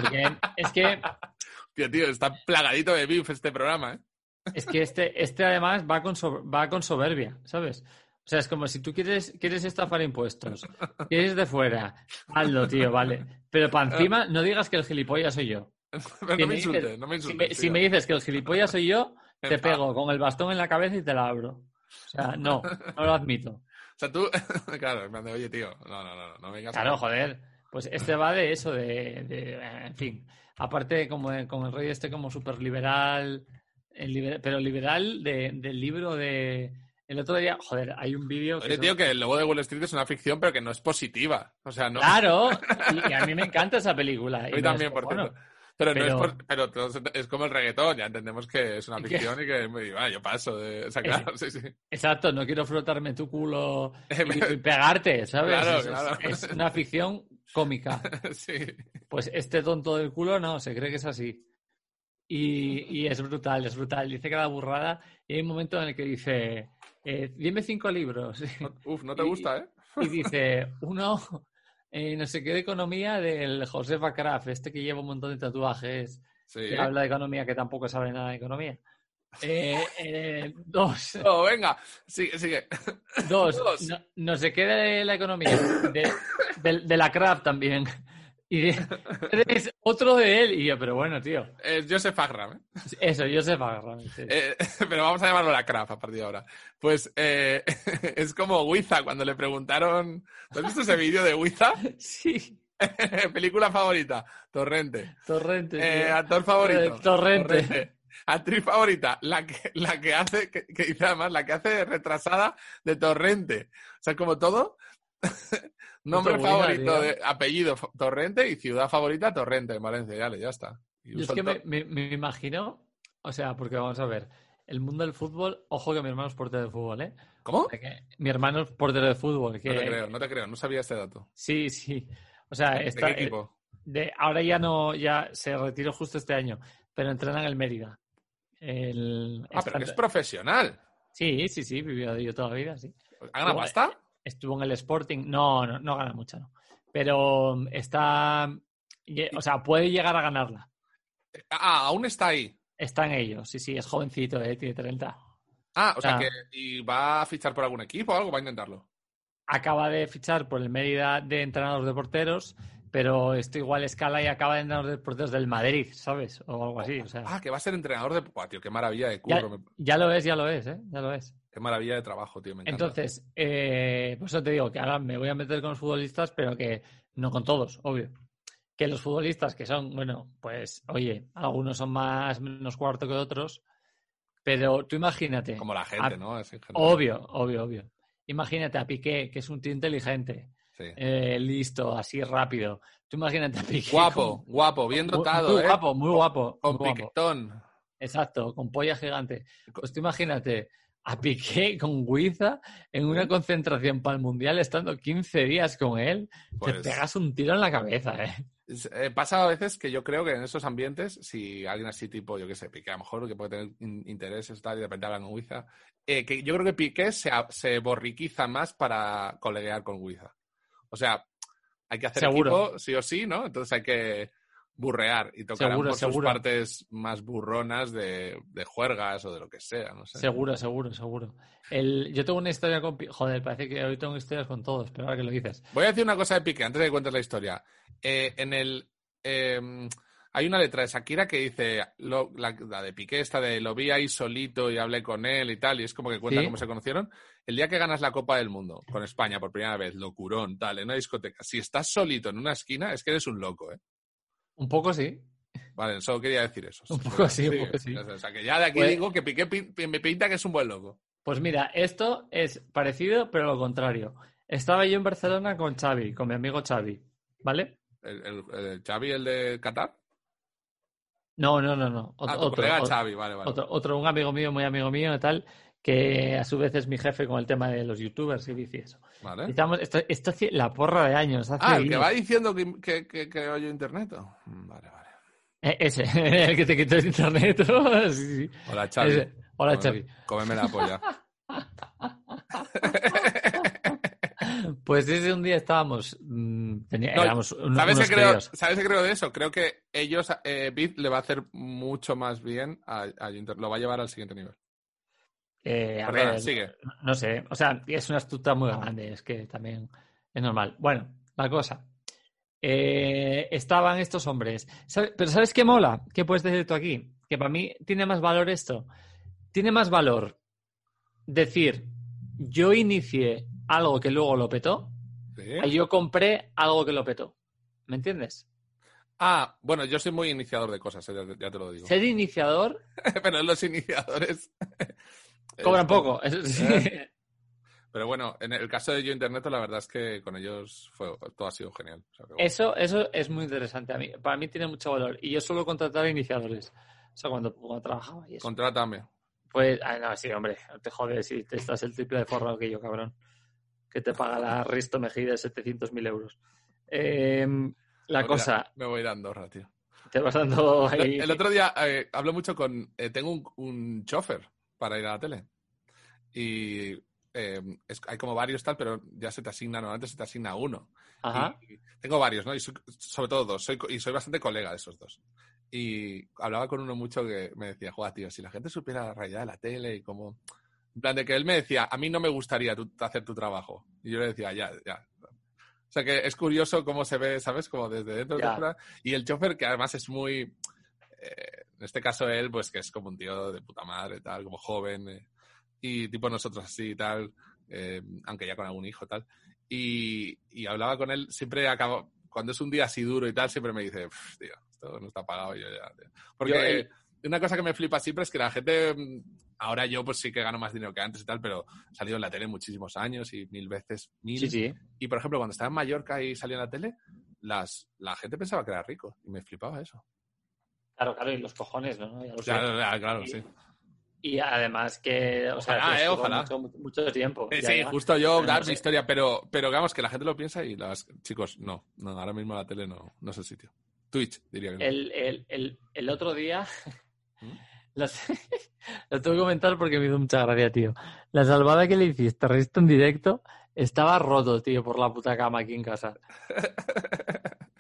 D: Porque es que,
C: Tío, tío, está plagadito de beef este programa, ¿eh? (laughs)
D: es que este, este además va con, so- va con soberbia, ¿sabes? O sea, es como si tú quieres, quieres estafar impuestos, quieres de fuera, hazlo, tío, vale. Pero para encima no digas que el gilipollas soy yo.
C: Pero
D: Si
C: no
D: me
C: me
D: dices-
C: insultes, no me
D: Si
C: insultes.
D: me, si
C: tío.
D: me dices que el gilipollas soy yo, te
C: Epa.
D: pego con el bastón en la cabeza y te la abro. O sea, no, no lo admito.
C: O sea, tú, (laughs) claro, en plan de, oye, tío, no, no, no, no, no vengas. a-
D: Claro, joder. Pues este va de eso, de, de- eh, en fin. Aparte, como de- con el rey este como súper liberal, pero liberal de- del libro de... El otro día, joder, hay un vídeo... que
C: Oye,
D: se-
C: tío, que el lobo de Wall Street es una ficción, pero que no es positiva. O sea, no.
D: Claro, y, y a mí
C: (laughs)
D: me encanta esa película.
C: a mí también, por cierto. Pero, no es,
D: pero-
C: por- pero todos- es como el reggaetón, ya entendemos que
D: (laughs)
C: es una
D: Que-
C: ficción y que me digo, ah, yo paso. De... O sea, claro, (laughs) sí, sí.
D: Exacto, no quiero frotarme
C: (laughs)
D: tu culo y, y
C: Eh,
D: pegarte, ¿sabes?
C: Claro,
D: Es- es-
C: claro.
D: es una ficción cómica.
C: sí.
D: Pues este tonto del culo no, se cree que es así. Y, y es brutal, es brutal. Dice cada burrada y hay un momento en el que dice, eh, dime cinco libros. (laughs)
C: Uf, no te
D: Y-
C: gusta, ¿eh?
D: Y dice, uno, eh, no sé qué de economía del José Kraft, este que lleva un montón de tatuajes,
C: Sí.
D: que habla de economía, que tampoco sabe nada de economía. Eh, eh,
C: (laughs)
D: dos,
C: Oh, venga, sigue, sigue.
D: dos,
C: Dos.
D: no, no sé qué de la economía, de, del- de la Kraft también. Y de- eres otro de él. Y yo, pero bueno, tío.
C: Eh, Joseph Agram, ¿eh?
D: Eso, Joseph Agarram. sí.
C: Eh, (laughs) pero vamos a llamarlo la craft a partir de ahora. Pues eh, (laughs) es como Wiza, cuando le preguntaron. ¿Tú has visto ese vídeo de Wiza?
D: Sí,
C: (laughs) Película favorita, Torrente.
D: Torrente.
C: Eh,
D: tío.
C: actor favorito.
D: Eh, Torrente.
C: Actriz favorita, la que, la que hace, que, que dice además, la que hace de retrasada de Torrente. O sea, como todo, (laughs) nombre
D: Puta buena,
C: favorito,
D: tío.
C: de, apellido fa- Torrente y ciudad favorita Torrente en Valencia. Ya, le- ya está. Y
D: Yo es
C: uso
D: que
C: el
D: me,
C: to-
D: me- me imagino, o sea, porque vamos a ver, el mundo del fútbol, ojo que mi hermano es portero de fútbol, ¿eh?
C: ¿Cómo?
D: O sea que mi hermano es portero de fútbol. Que,
C: No te creo, no te creo, no sabía este dato.
D: Sí, sí. O sea,
C: ¿De
D: está, eh,
C: qué equipo?
D: de- ahora ya no, ya se retiró justo este año, pero entrena en el Mérida. El-
C: Ah, pero
D: está-
C: que es profesional.
D: Sí, sí, sí, vivió yo toda la vida, sí.
C: ¿Ha ganado
D: Joder.
C: pasta?
D: Estuvo en el Sporting, no, no, no gana mucho, no. Pero mm, está, ye- o sea, puede llegar a ganarla.
C: Ah, aún está ahí.
D: Está en ello, sí, sí, es jovencito, ¿eh? tiene 30.
C: Ah, o sea
D: Ah.
C: que. ¿Y va a fichar por algún equipo o algo? Va a intentarlo.
D: Acaba de fichar por el Mérida de entrenador de porteros, pero esto igual escala y acaba de entrenador de porteros del Madrid, ¿sabes? O algo así, o sea.
C: Ah, que va a ser entrenador de. Buah, tío, qué maravilla de
D: Ya,
C: curro. me-
D: ya lo es, ya lo es, ¿eh? Ya lo es.
C: Qué maravilla de trabajo, tío. Me encanta.
D: Entonces, eh, por eso te digo que ahora me voy a meter con los futbolistas, pero que no con todos, obvio. Que los futbolistas que son, bueno, pues, oye, algunos son más menos cuarto que otros, pero tú imagínate,
C: Como la gente,
D: Ah,
C: ¿no? Es en general.
D: obvio, obvio, obvio. Imagínate a Piqué, que es un tío inteligente,
C: Sí.
D: eh, listo, así rápido. Tú imagínate (laughs) a Piqué.
C: Guapo,
D: con-
C: guapo, bien
D: muy-
C: dotado,
D: muy
C: ¿eh?
D: guapo, muy guapo.
C: Con
D: muy guapo.
C: piquetón.
D: Exacto, con polla gigante. Pues tú imagínate a Piqué con Guiza en una concentración para el Mundial, estando 15 días con él,
C: Pues,
D: te pegas un tiro en la cabeza, ¿eh?
C: es- eh, pasa a veces que yo creo que en esos ambientes, si alguien así tipo, yo qué sé, Piqué a lo mejor, que puede tener in- intereses tal, y de repente hablan con Guiza, eh, que yo creo que Piqué se, a- se borriquiza más para coleguear con Guiza. O sea, hay que hacer
D: Seguro.
C: equipo sí o sí, ¿no? Entonces hay que burrear y tocar
D: Seguro,
C: por sus
D: seguro.
C: partes más burronas de, de juergas o de lo que sea, no sé.
D: Seguro, seguro, seguro. El, yo tengo una historia con Piqué. Joder, parece que hoy tengo historias con todos, pero ahora que lo dices.
C: Voy a decir una cosa de Piqué antes de que cuentes la historia. Eh, en el. eh, hay una letra de Shakira que dice. lo- la, la de Piqué, esta de lo vi ahí solito y hablé con él y tal. Y es como que cuenta
D: Sí.
C: cómo se conocieron. El día que ganas la Copa del Mundo con España por primera vez, locurón, tal, en una discoteca. Si estás solito en una esquina, es que eres un loco, ¿eh?
D: Un poco sí.
C: Vale, solo quería decir eso.
D: Un poco sí, un poco sí.
C: O sea, que ya de aquí
D: Pues-
C: digo que Piqué pin- pin- me pinta que es un buen loco.
D: Pues mira, esto es parecido, pero lo contrario. Estaba yo en Barcelona con Xavi, con mi amigo Xavi, ¿vale?
C: El, el- el Xavi, el de Qatar.
D: No, no, no, no. Ot-
C: ah, tu
D: otro,
C: colega
D: otro.
C: Xavi, vale, vale.
D: Otro, otro, un amigo mío, muy amigo mío, y tal, que a su vez es mi jefe con el tema de los youtubers y bici eso.
C: vale.
D: Estamos, esto, esto hace la porra de años. hace
C: ¿Eh? Ah, el que
D: años.
C: va diciendo que, que, que, que oye internet. ¿o? Mm, Vale, vale.
D: Eh, ese, (laughs) el que te quitó el internet. (laughs) ¿no? Sí, sí.
C: Hola, Xavi.
D: Ese. Hola,
C: Cómeme-
D: Xavi.
C: Cómeme la
D: (laughs)
C: polla.
D: Pues ese un día estábamos. mm, tenía-
C: No,
D: éramos un-
C: ¿Sabes
D: unos
C: qué, creo,
D: críos.
C: ¿Sabes qué creo de eso? Creo que ellos, eh, Bit le va a hacer mucho más bien a, a Inter- Lo va a llevar al siguiente nivel.
D: Eh, a
C: Perdona,
D: ver,
C: sigue.
D: no sé, o sea, es una astuta muy
C: Ah.
D: grande, es que también es normal. Bueno, la cosa. Eh, estaban estos hombres. ¿Sabe- Pero ¿sabes qué mola? ¿Qué puedes decir tú aquí? Que para mí tiene más valor esto. Tiene más valor decir, yo inicié algo que luego lo petó,
C: ¿Sí?
D: a yo compré algo que lo petó. ¿Me entiendes?
C: Ah, bueno, yo soy muy iniciador de cosas, eh, ya, te- ya te lo digo.
D: Ser iniciador
C: (laughs) Pero los iniciadores.
D: (laughs) cobran
C: Es-
D: poco. (laughs) eso sí.
C: Eh. Pero bueno, en el caso de Yo Internet, la verdad es que con ellos fue, todo ha sido genial. O sea, que bueno.
D: Eso, eso es muy interesante. A mí, para mí tiene mucho valor. Y yo suelo contratar iniciadores. O sea, cuando, cuando trabajaba y eso.
C: Contrátame.
D: Pues, ah, no, sí, hombre, no te jodes si te estás el triple de forrado que yo, cabrón. Que te paga la Risto Mejide 700.000 euros. Eh, la
C: Mira,
D: cosa,
C: Me voy dando Andorra, tío.
D: te vas dando
C: (laughs) El,
D: ahí.
C: el otro día eh, hablo mucho con. eh, tengo un, un chofer para ir a la tele. Y eh, es- hay como varios tal, pero ya se te asigna, normalmente se te asigna uno.
D: Ajá.
C: Y- y tengo varios, ¿no? Y soy- sobre todo dos. Soy, co- y soy bastante colega de esos dos. Y hablaba con uno mucho que me decía, joder, tío, si la gente supiera la realidad de la tele y cómo. En plan, de que él me decía, a mí no me gustaría tu- hacer tu trabajo. Y yo le decía, ya, ya. O sea que es curioso cómo se ve, ¿sabes? Como desde dentro. de
E: Ya.
C: fuera. Y el chofer, que además es muy. eh, en este caso, él, pues que es como un tío de puta madre, tal, como joven. eh, y tipo nosotros así, tal. eh, aunque ya con algún hijo, tal. Y, y hablaba con él, siempre acabo. Cuando es un día así duro y tal, siempre me dice, "Pff, tío, esto no está pagado. y yo ya, tío". Porque
E: Yo,
D: eh,
E: el-
C: una cosa que me flipa siempre es que la gente. mm, Ahora yo, pues sí que gano más dinero que antes y tal, pero he salido en la tele muchísimos años y mil veces, mil.
E: Sí, sí.
C: Y por ejemplo, cuando estaba en Mallorca y salía en la tele, las, la gente pensaba que era rico y me flipaba eso.
E: Claro, claro, y los cojones, ¿no? Ya lo sé.
C: Claro, claro, claro, sí.
E: Y además que, o sea,
C: Ojalá,
E: que
C: eh,
E: estuvo
C: ojalá.
E: Mucho, mucho tiempo.
C: Eh,
E: ya,
C: sí,
E: ya.
C: justo yo,
E: Pero no
C: dar
E: sé.
C: mi historia, pero, pero digamos que la gente lo piensa y las chicos, no, no, ahora mismo la tele no, no es el sitio. Twitch, diría que no.
D: El, el- el- el otro día. (laughs)
C: ¿Mm?
D: Lo, (laughs) lo tengo que comentar porque me hizo mucha gracia, tío. La salvada que le hiciste, reíste en directo, estaba roto, tío, por la puta cama aquí en casa.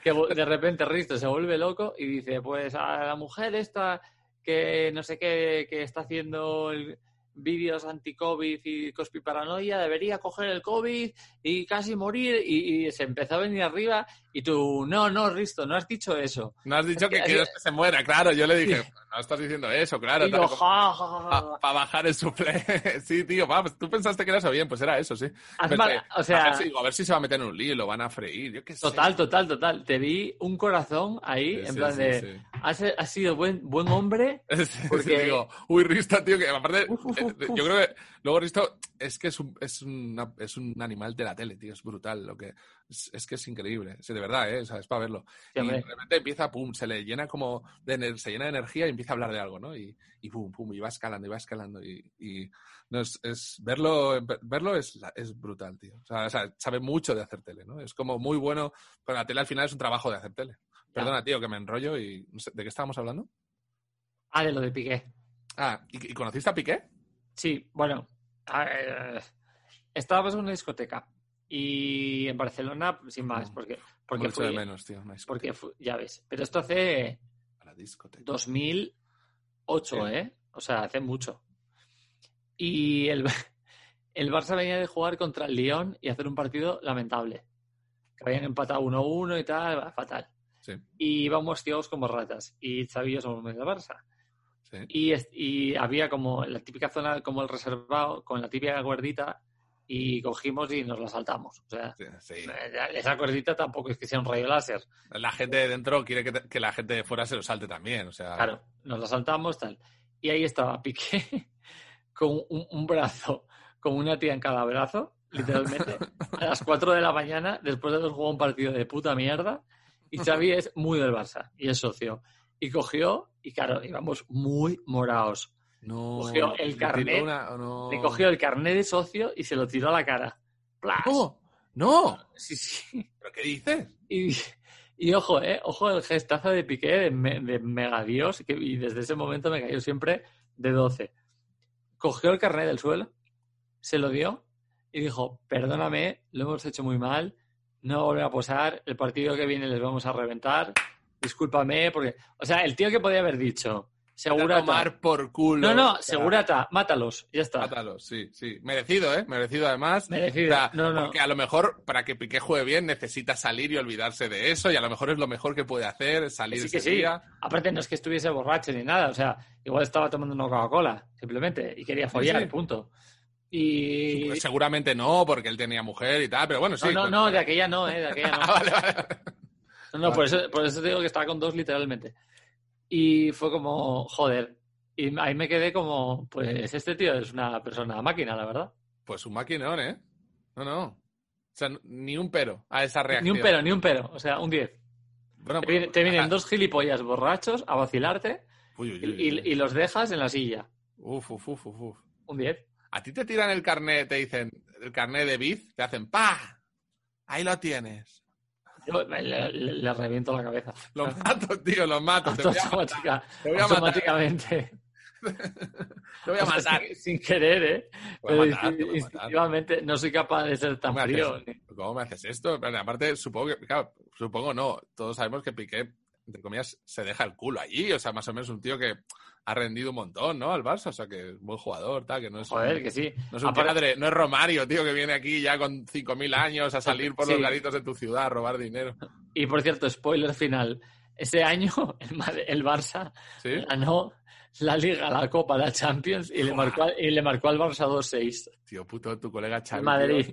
D: Que vo- de repente Risto se vuelve loco y dice, pues a la mujer esta que no sé qué, que está haciendo el- vídeos anti-COVID y conspiparanoia, debería coger el COVID y casi morir y, y se empezó a venir arriba y tú, no, no, Risto, no has dicho eso.
C: No has dicho que
D: que-
C: quieres que se muera, claro. Yo le dije, no estás diciendo eso, claro.
D: Y yo, ja, ja, ja, ja.
C: Para bajar el suple. (laughs) sí, tío, vamos, tú pensaste que era eso bien, pues era eso, sí.
D: Hazme-
C: Pensé,
D: o
C: a
D: sea,
C: ver, si, digo, a ver si se va a meter en un lío, lo van a freír, yo qué sé.
D: total, total, total. Te vi un corazón ahí,
C: Sí,
D: en
C: sí,
D: plan
C: sí,
D: de,
C: sí.
D: Has, has sido buen, buen hombre.
C: (laughs) Sí,
D: Porque-
C: sí, digo, uy, Risto, tío, que aparte,
D: Uf, uf,
C: eh,
D: uf,
C: yo
D: uf.
C: creo que luego Risto es que es un, es, una- es un animal de la tele, tío, es brutal, lo que es, es que es increíble, sí, de verdad, ¿eh? o sea, es para verlo.
D: Sí,
C: y
D: hombre.
C: de repente empieza, pum, se le llena como, de, ener- se llena de energía y empieza a hablar de algo, ¿no? Y, y pum, pum, y va escalando, y va escalando, y, y no, es, es- verlo, verlo es, la- es brutal, tío. O sea, o sea, sabe mucho de hacer tele, ¿no? Es como muy bueno, con la tele al final es un trabajo de hacer tele. Perdona, tío, que me enrollo y no sé, ¿de qué estábamos hablando?
D: Ah, de lo de Piqué.
C: Ah, ¿y, y conociste a Piqué?
D: Sí, bueno. a ver, estábamos en una discoteca. Y en Barcelona, sin más,
C: Mm.
D: porque,
C: Porque
D: porque
C: de
D: fui.
C: menos, tío. Una discoteca.
D: Porque fui- ya ves. Pero esto hace
C: A la discoteca.
D: 2008,
C: Sí.
D: ¿eh? O sea, hace mucho. Y el, (laughs) el Barça venía de jugar contra el Lyon y hacer un partido lamentable. Que habían empatado 1-1 y tal, fatal.
C: Sí,
D: Y íbamos ciegos como ratas. Y Xavi y yo somos muy del Barça.
C: sí.
D: Y, es- y había como la típica zona, como el reservado, con la típica cuerdita, y cogimos y nos la saltamos. O sea,
C: sí, sí.
D: eh, esa cuerdita tampoco es que sea un rayo láser.
C: La gente de dentro quiere que, te- que la gente de fuera se lo salte también. O sea,
D: Claro, nos la saltamos, tal. Y ahí estaba Piqué (laughs) con un, un brazo, con una tía en cada brazo, literalmente, a las 4 de la mañana, después de haber jugado un partido de puta mierda. Y Xavi es muy del Barça y es socio. Y cogió, y claro, íbamos muy morados.
C: no.
D: Cogió el
C: le tiró
D: carnet,
C: una- no.
D: Le cogió el carnet de socio y se lo tiró a la cara. ¡Plas!
C: ¡No! ¡No!
D: Sí, sí.
C: ¿Pero qué dices?
D: Y, y ojo, eh, ojo el gestazo de Piqué de, me- de mega dios, que, y desde ese momento me cayó siempre de 12. Cogió el carnet del suelo, se lo dio y dijo, perdóname, lo hemos hecho muy mal, no volver a posar, el partido que viene les vamos a reventar, discúlpame, porque... O sea, el tío que podía haber dicho,
C: A
D: segurata...
C: tomar por culo.
D: No, no,
C: O sea,
D: segurata, mátalos, ya está.
C: Mátalos, sí, sí. Merecido, ¿eh? Merecido además.
D: Merecido. No, no.
C: Porque a lo mejor para que Piqué juegue bien necesita salir y olvidarse de eso. Y a lo mejor es lo mejor que puede hacer, salir
D: Sí que
C: ese
D: sí.
C: día.
D: Aparte, no es que estuviese borracho ni nada, o sea, igual estaba tomando una Coca-Cola, simplemente, y quería follar,
C: sí.
D: y punto. Y.
C: Pues seguramente no, porque él tenía mujer y tal. Pero bueno, sí.
D: no, no,
C: pues-
D: no, de aquella no, eh, de aquella
C: Ah,
D: no.
C: (laughs) vale, vale.
D: No, no, por eso, por eso te digo que estaba con dos literalmente. Y fue como, joder. Y ahí me quedé como, pues este tío es una persona máquina, la verdad.
C: Pues un maquinón, ¿eh? No, no. O sea, n- ni un pero a esa reacción.
D: Ni un pero, ni un pero, o sea, un 10.
C: Bueno, pues,
D: Te, viene- te vienen dos gilipollas borrachos a vacilarte
C: Uy, uy,
D: y,
C: uy, uy.
D: y- y los dejas en la silla.
C: Uf, uf, uf, uf, uf.
D: Un 10.
C: A ti te tiran el carnet, te dicen, el carnet de biz, te hacen ¡pa! Ahí lo tienes.
D: Yo le, le- le reviento la cabeza.
C: Lo mato, tío, lo mato.
D: (laughs)
C: Te voy a,
D: Automática-
C: te voy a matar.
D: automáticamente.
C: Te voy a
D: O sea,
C: matar.
D: sin, sin querer, ¿eh?
C: Te voy a matar,
D: Pero
C: te voy a matar.
D: instintivamente no soy capaz de ser tan
C: ¿Cómo me
D: frío.
C: haces- ¿Cómo me haces esto? Pero aparte, supongo que, claro, supongo no. Todos sabemos que Piqué, entre comillas, se deja el culo allí. O sea, más o menos un tío que ha rendido un montón, ¿no? Al Barça, o sea que es buen jugador, tal, que no es,
E: Joder, que sí.
C: no es un
E: Aparte-
C: padre, no es Romario, tío, que viene aquí ya con 5.000 años a salir por los
E: Sí.
C: garitos de tu ciudad a robar dinero.
E: Y por cierto, spoiler final. Ese año (laughs) el, Mad- el Barça (laughs)
C: ¿Sí?
E: ganó la Liga, la Copa, la Champions y le marcó, al- y le marcó al Barça 2-6.
C: Tío, puto, tu colega Xavi.
E: En Madrid.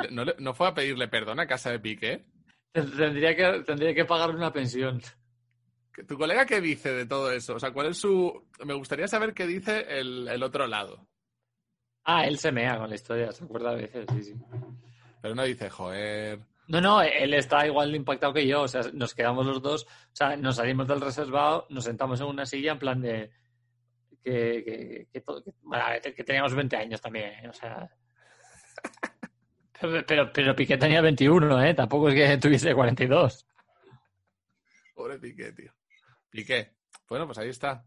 C: tío, ¿No, le- no fue a pedirle perdón a casa de Piqué?
E: Tendría que, tendría que pagar una pensión.
C: ¿Que- ¿Tu colega qué dice de todo eso? O sea, ¿cuál es su...? Me gustaría saber qué dice el, el otro lado.
E: Ah, él se mea con la historia, ¿se acuerda a veces? Sí, sí.
C: Pero no dice, joder...
E: No, no, él está igual de impactado que yo. O sea, nos quedamos los dos, o sea, nos salimos del reservado, nos sentamos en una silla en plan de. Que, que, que to- que- bueno, a ver, que teníamos 20 años también, ¿eh? o
D: (laughs)
E: sea. Pero, pero, pero Piqué tenía 21, ¿eh? Tampoco es que tuviese 42.
C: Pobre Piqué, tío. Piqué. Bueno, pues ahí está.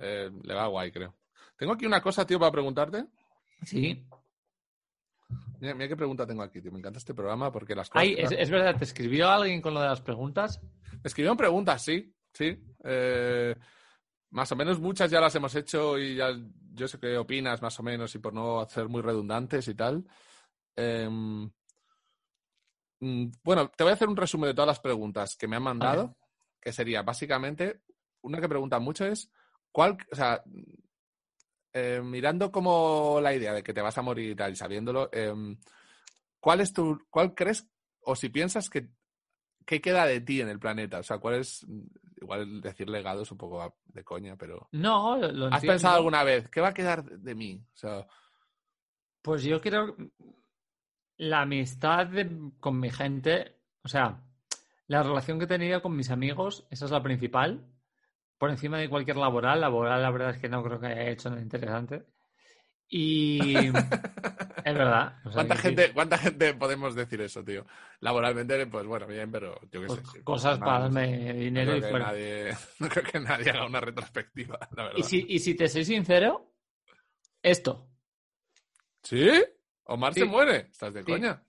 C: Eh, le va guay, creo. Tengo aquí una cosa, tío, para preguntarte.
E: Sí.
C: Mira, mira qué pregunta tengo aquí, tío. Me encanta este programa porque las cosas...
D: Ay, es, es verdad, ¿te escribió alguien con lo de las preguntas?
C: Me escribieron preguntas, sí, sí. Eh, más o menos muchas ya las hemos hecho y ya yo sé qué opinas más o menos y por no hacer muy redundantes y tal. Em, mm, bueno, te voy a hacer un resumen de todas las preguntas que me han mandado, que sería básicamente, una que pregunta mucho es, ¿cuál, o sea, eh, mirando como la idea de que te vas a morir y tal, y sabiéndolo, em, ¿cuál es tu, cuál crees o si piensas que ¿qué queda de ti en el planeta? O sea, ¿cuál es. mm, Igual decir legado es un poco a- de coña, pero.
D: No, lo, lo
C: ¿Has
D: entiendo.
C: pensado alguna vez? ¿Qué va a quedar de de mí? O sea,
D: Pues yo creo que la amistad de- con mi gente, o sea, la relación que he tenido con mis amigos, esa es la principal, por encima de cualquier laboral. Laboral, la verdad es que no creo que haya hecho nada interesante. Y
C: (laughs)
D: es verdad. o sea,
C: ¿cuánta,
D: que sí,
C: gente, ¿Cuánta gente podemos decir eso, tío? Laboralmente, pues bueno, bien, pero yo qué sé.
D: pues,
C: tío,
D: cosas
C: no,
D: para
C: no
D: darme dinero
C: creo
D: y
C: que
D: fuera.
C: nadie- (laughs) no creo que nadie haga una retrospectiva, (laughs) la verdad.
D: Y si, y si te soy sincero, esto.
C: ¿Sí? Omar se
D: Sí.
C: muere. ¿Estás de
D: Sí.
C: coña?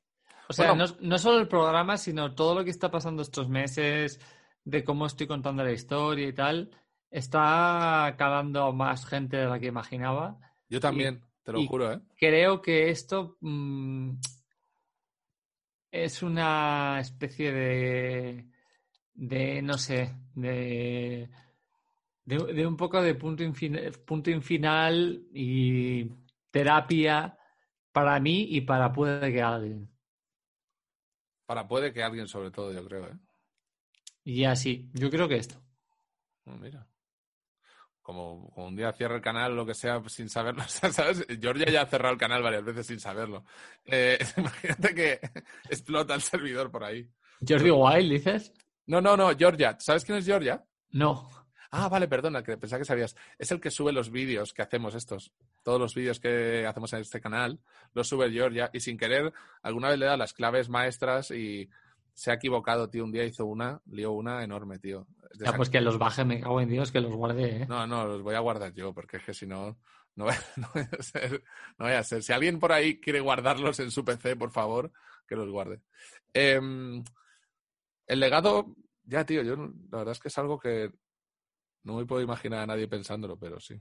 D: O sea,
C: Bueno.
D: no, no solo el programa, sino todo lo que está pasando estos meses, de cómo estoy contando la historia y tal, está calando a más gente de la que imaginaba.
C: Yo también, te lo
D: y-
C: juro, ¿eh?
D: Creo que esto mm, es una especie de, de no sé, de, de, de un poco de punto, infin- punto en final y terapia para mí y para puede que alguien.
C: Para puede que alguien, sobre todo, yo creo, ¿eh?
D: Y así, yo creo que esto.
C: Ah, Mira. Como, como un día cierra el canal, lo que sea, sin saberlo. (laughs) O sea, ¿sabes? Georgia ya ha cerrado el canal varias veces sin saberlo. Eh, (laughs) imagínate que explota el servidor por ahí.
D: Jordi Wild, dices?
C: No, no, no, Georgia. ¿Sabes quién es Georgia?
D: No.
C: Ah, vale, perdona, que pensaba que sabías. Es el que sube los vídeos que hacemos estos. Todos los vídeos que hacemos en este canal los sube Georgia y sin querer alguna vez le da las claves maestras y se ha equivocado, tío. Un día hizo una, lió una enorme, tío.
D: Ya, pues que los baje, me cago en Dios, que los guarde, ¿eh?
C: No, no, los voy a guardar yo, porque es que si no, no vaya, no vaya a (laughs) ser. No vaya a ser. Si alguien por ahí quiere guardarlos en su PC, por favor, que los guarde. Em, el legado, ya, tío, yo no- la verdad es que es algo que no me puedo imaginar a nadie pensándolo, pero sí.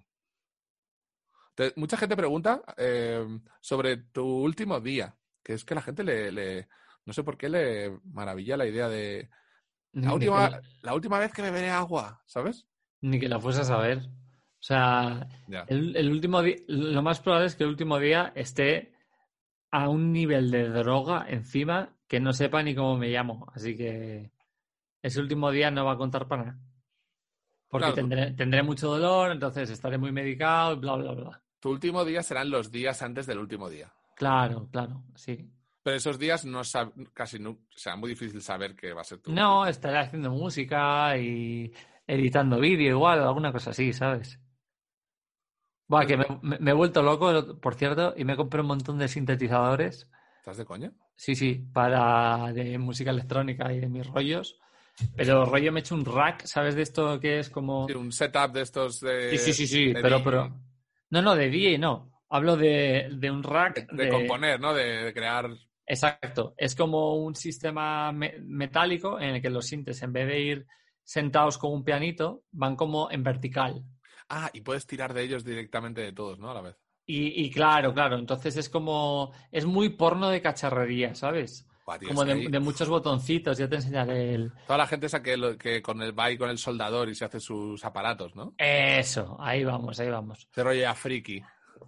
C: Te- mucha gente pregunta em, sobre tu último día, que es que la gente le, le- no sé por qué le maravilla la idea de
D: Ni,
C: la
D: ni que
C: última,
D: la-
C: la última vez que beberé agua, ¿sabes?
D: ni que la fuese a saber. O sea,
C: Ya.
D: el, el último di- lo más probable es que el último día esté a un nivel de droga encima que no sepa ni cómo me llamo. Así que ese último día no va a contar para nada. Porque
C: Claro.
D: tendré, tendré mucho dolor, entonces estaré muy medicado, y bla, bla, bla.
C: Tu último día serán los días antes del último día.
D: Claro, claro, sí.
C: Pero esos días no sab- casi no, o sea, muy difícil saber qué va a ser tu.
D: No, estaré haciendo música y editando vídeo igual, alguna cosa así, ¿sabes? Buah, que me, me- me he vuelto loco, por cierto, y me compré un montón de sintetizadores.
C: ¿Estás de coña?
D: Sí, sí, para de música electrónica y de mis rollos. Pero rollo me he hecho un rack, ¿sabes de esto que es como...
C: Sí, un setup de estos de.
D: Sí, sí, sí, sí,
C: de
D: pero,
C: DJ,
D: pero... No, no, de DJ no. Hablo de, de un rack
C: De, componer, ¿no? De, de crear.
D: Exacto. Es como un sistema me- metálico en el que los sintes, en vez de ir sentados con un pianito, van como en vertical.
C: Ah, y puedes tirar de ellos directamente de todos, ¿no? A la vez.
D: Y, y claro, claro, entonces es como, es muy porno de cacharrería, ¿sabes?
C: Buah, tío,
D: Como
C: es que
D: de,
C: ahí-
D: de muchos botoncitos, ya te enseñaré el...
C: Toda la gente esa que, lo- que con el va y con el soldador y se hace sus aparatos, ¿no?
D: Eso, ahí vamos, ahí vamos.
C: Se rollo ya friki.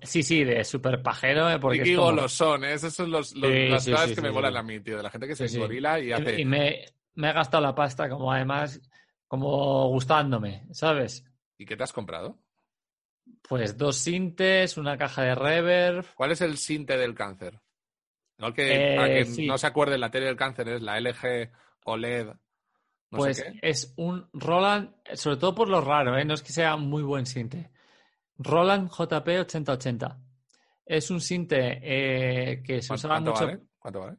D: Sí, sí, de super pajero, eh, porque
C: friki
D: es como-
C: golosón, ¿eh? Esas son los, los-
D: Sí,
C: las
D: sí,
C: claves
D: sí,
C: que
D: sí,
C: me
D: sí.
C: molan a mí, tío. De la gente que se
D: Sí, sí.
C: gorila y hace.
D: Y me, me he gastado la pasta como además, como gustándome, ¿sabes?
C: ¿Y qué te has comprado?
D: Pues dos sintes, una caja de reverb.
C: ¿Cuál es el sinte del cáncer? No, el que, para
D: Eh,
C: que
D: sí.
C: no se acuerde, la tele del cáncer es la LG OLED. E No
D: pues
C: sé qué.
D: es un Roland, sobre todo por lo raro, ¿eh? no es que sea muy buen sinte. Roland JP8080. Es un sinte eh, que se
C: ¿Cuánto,
D: usaba mucho.
C: vale? ¿Cuánto vale?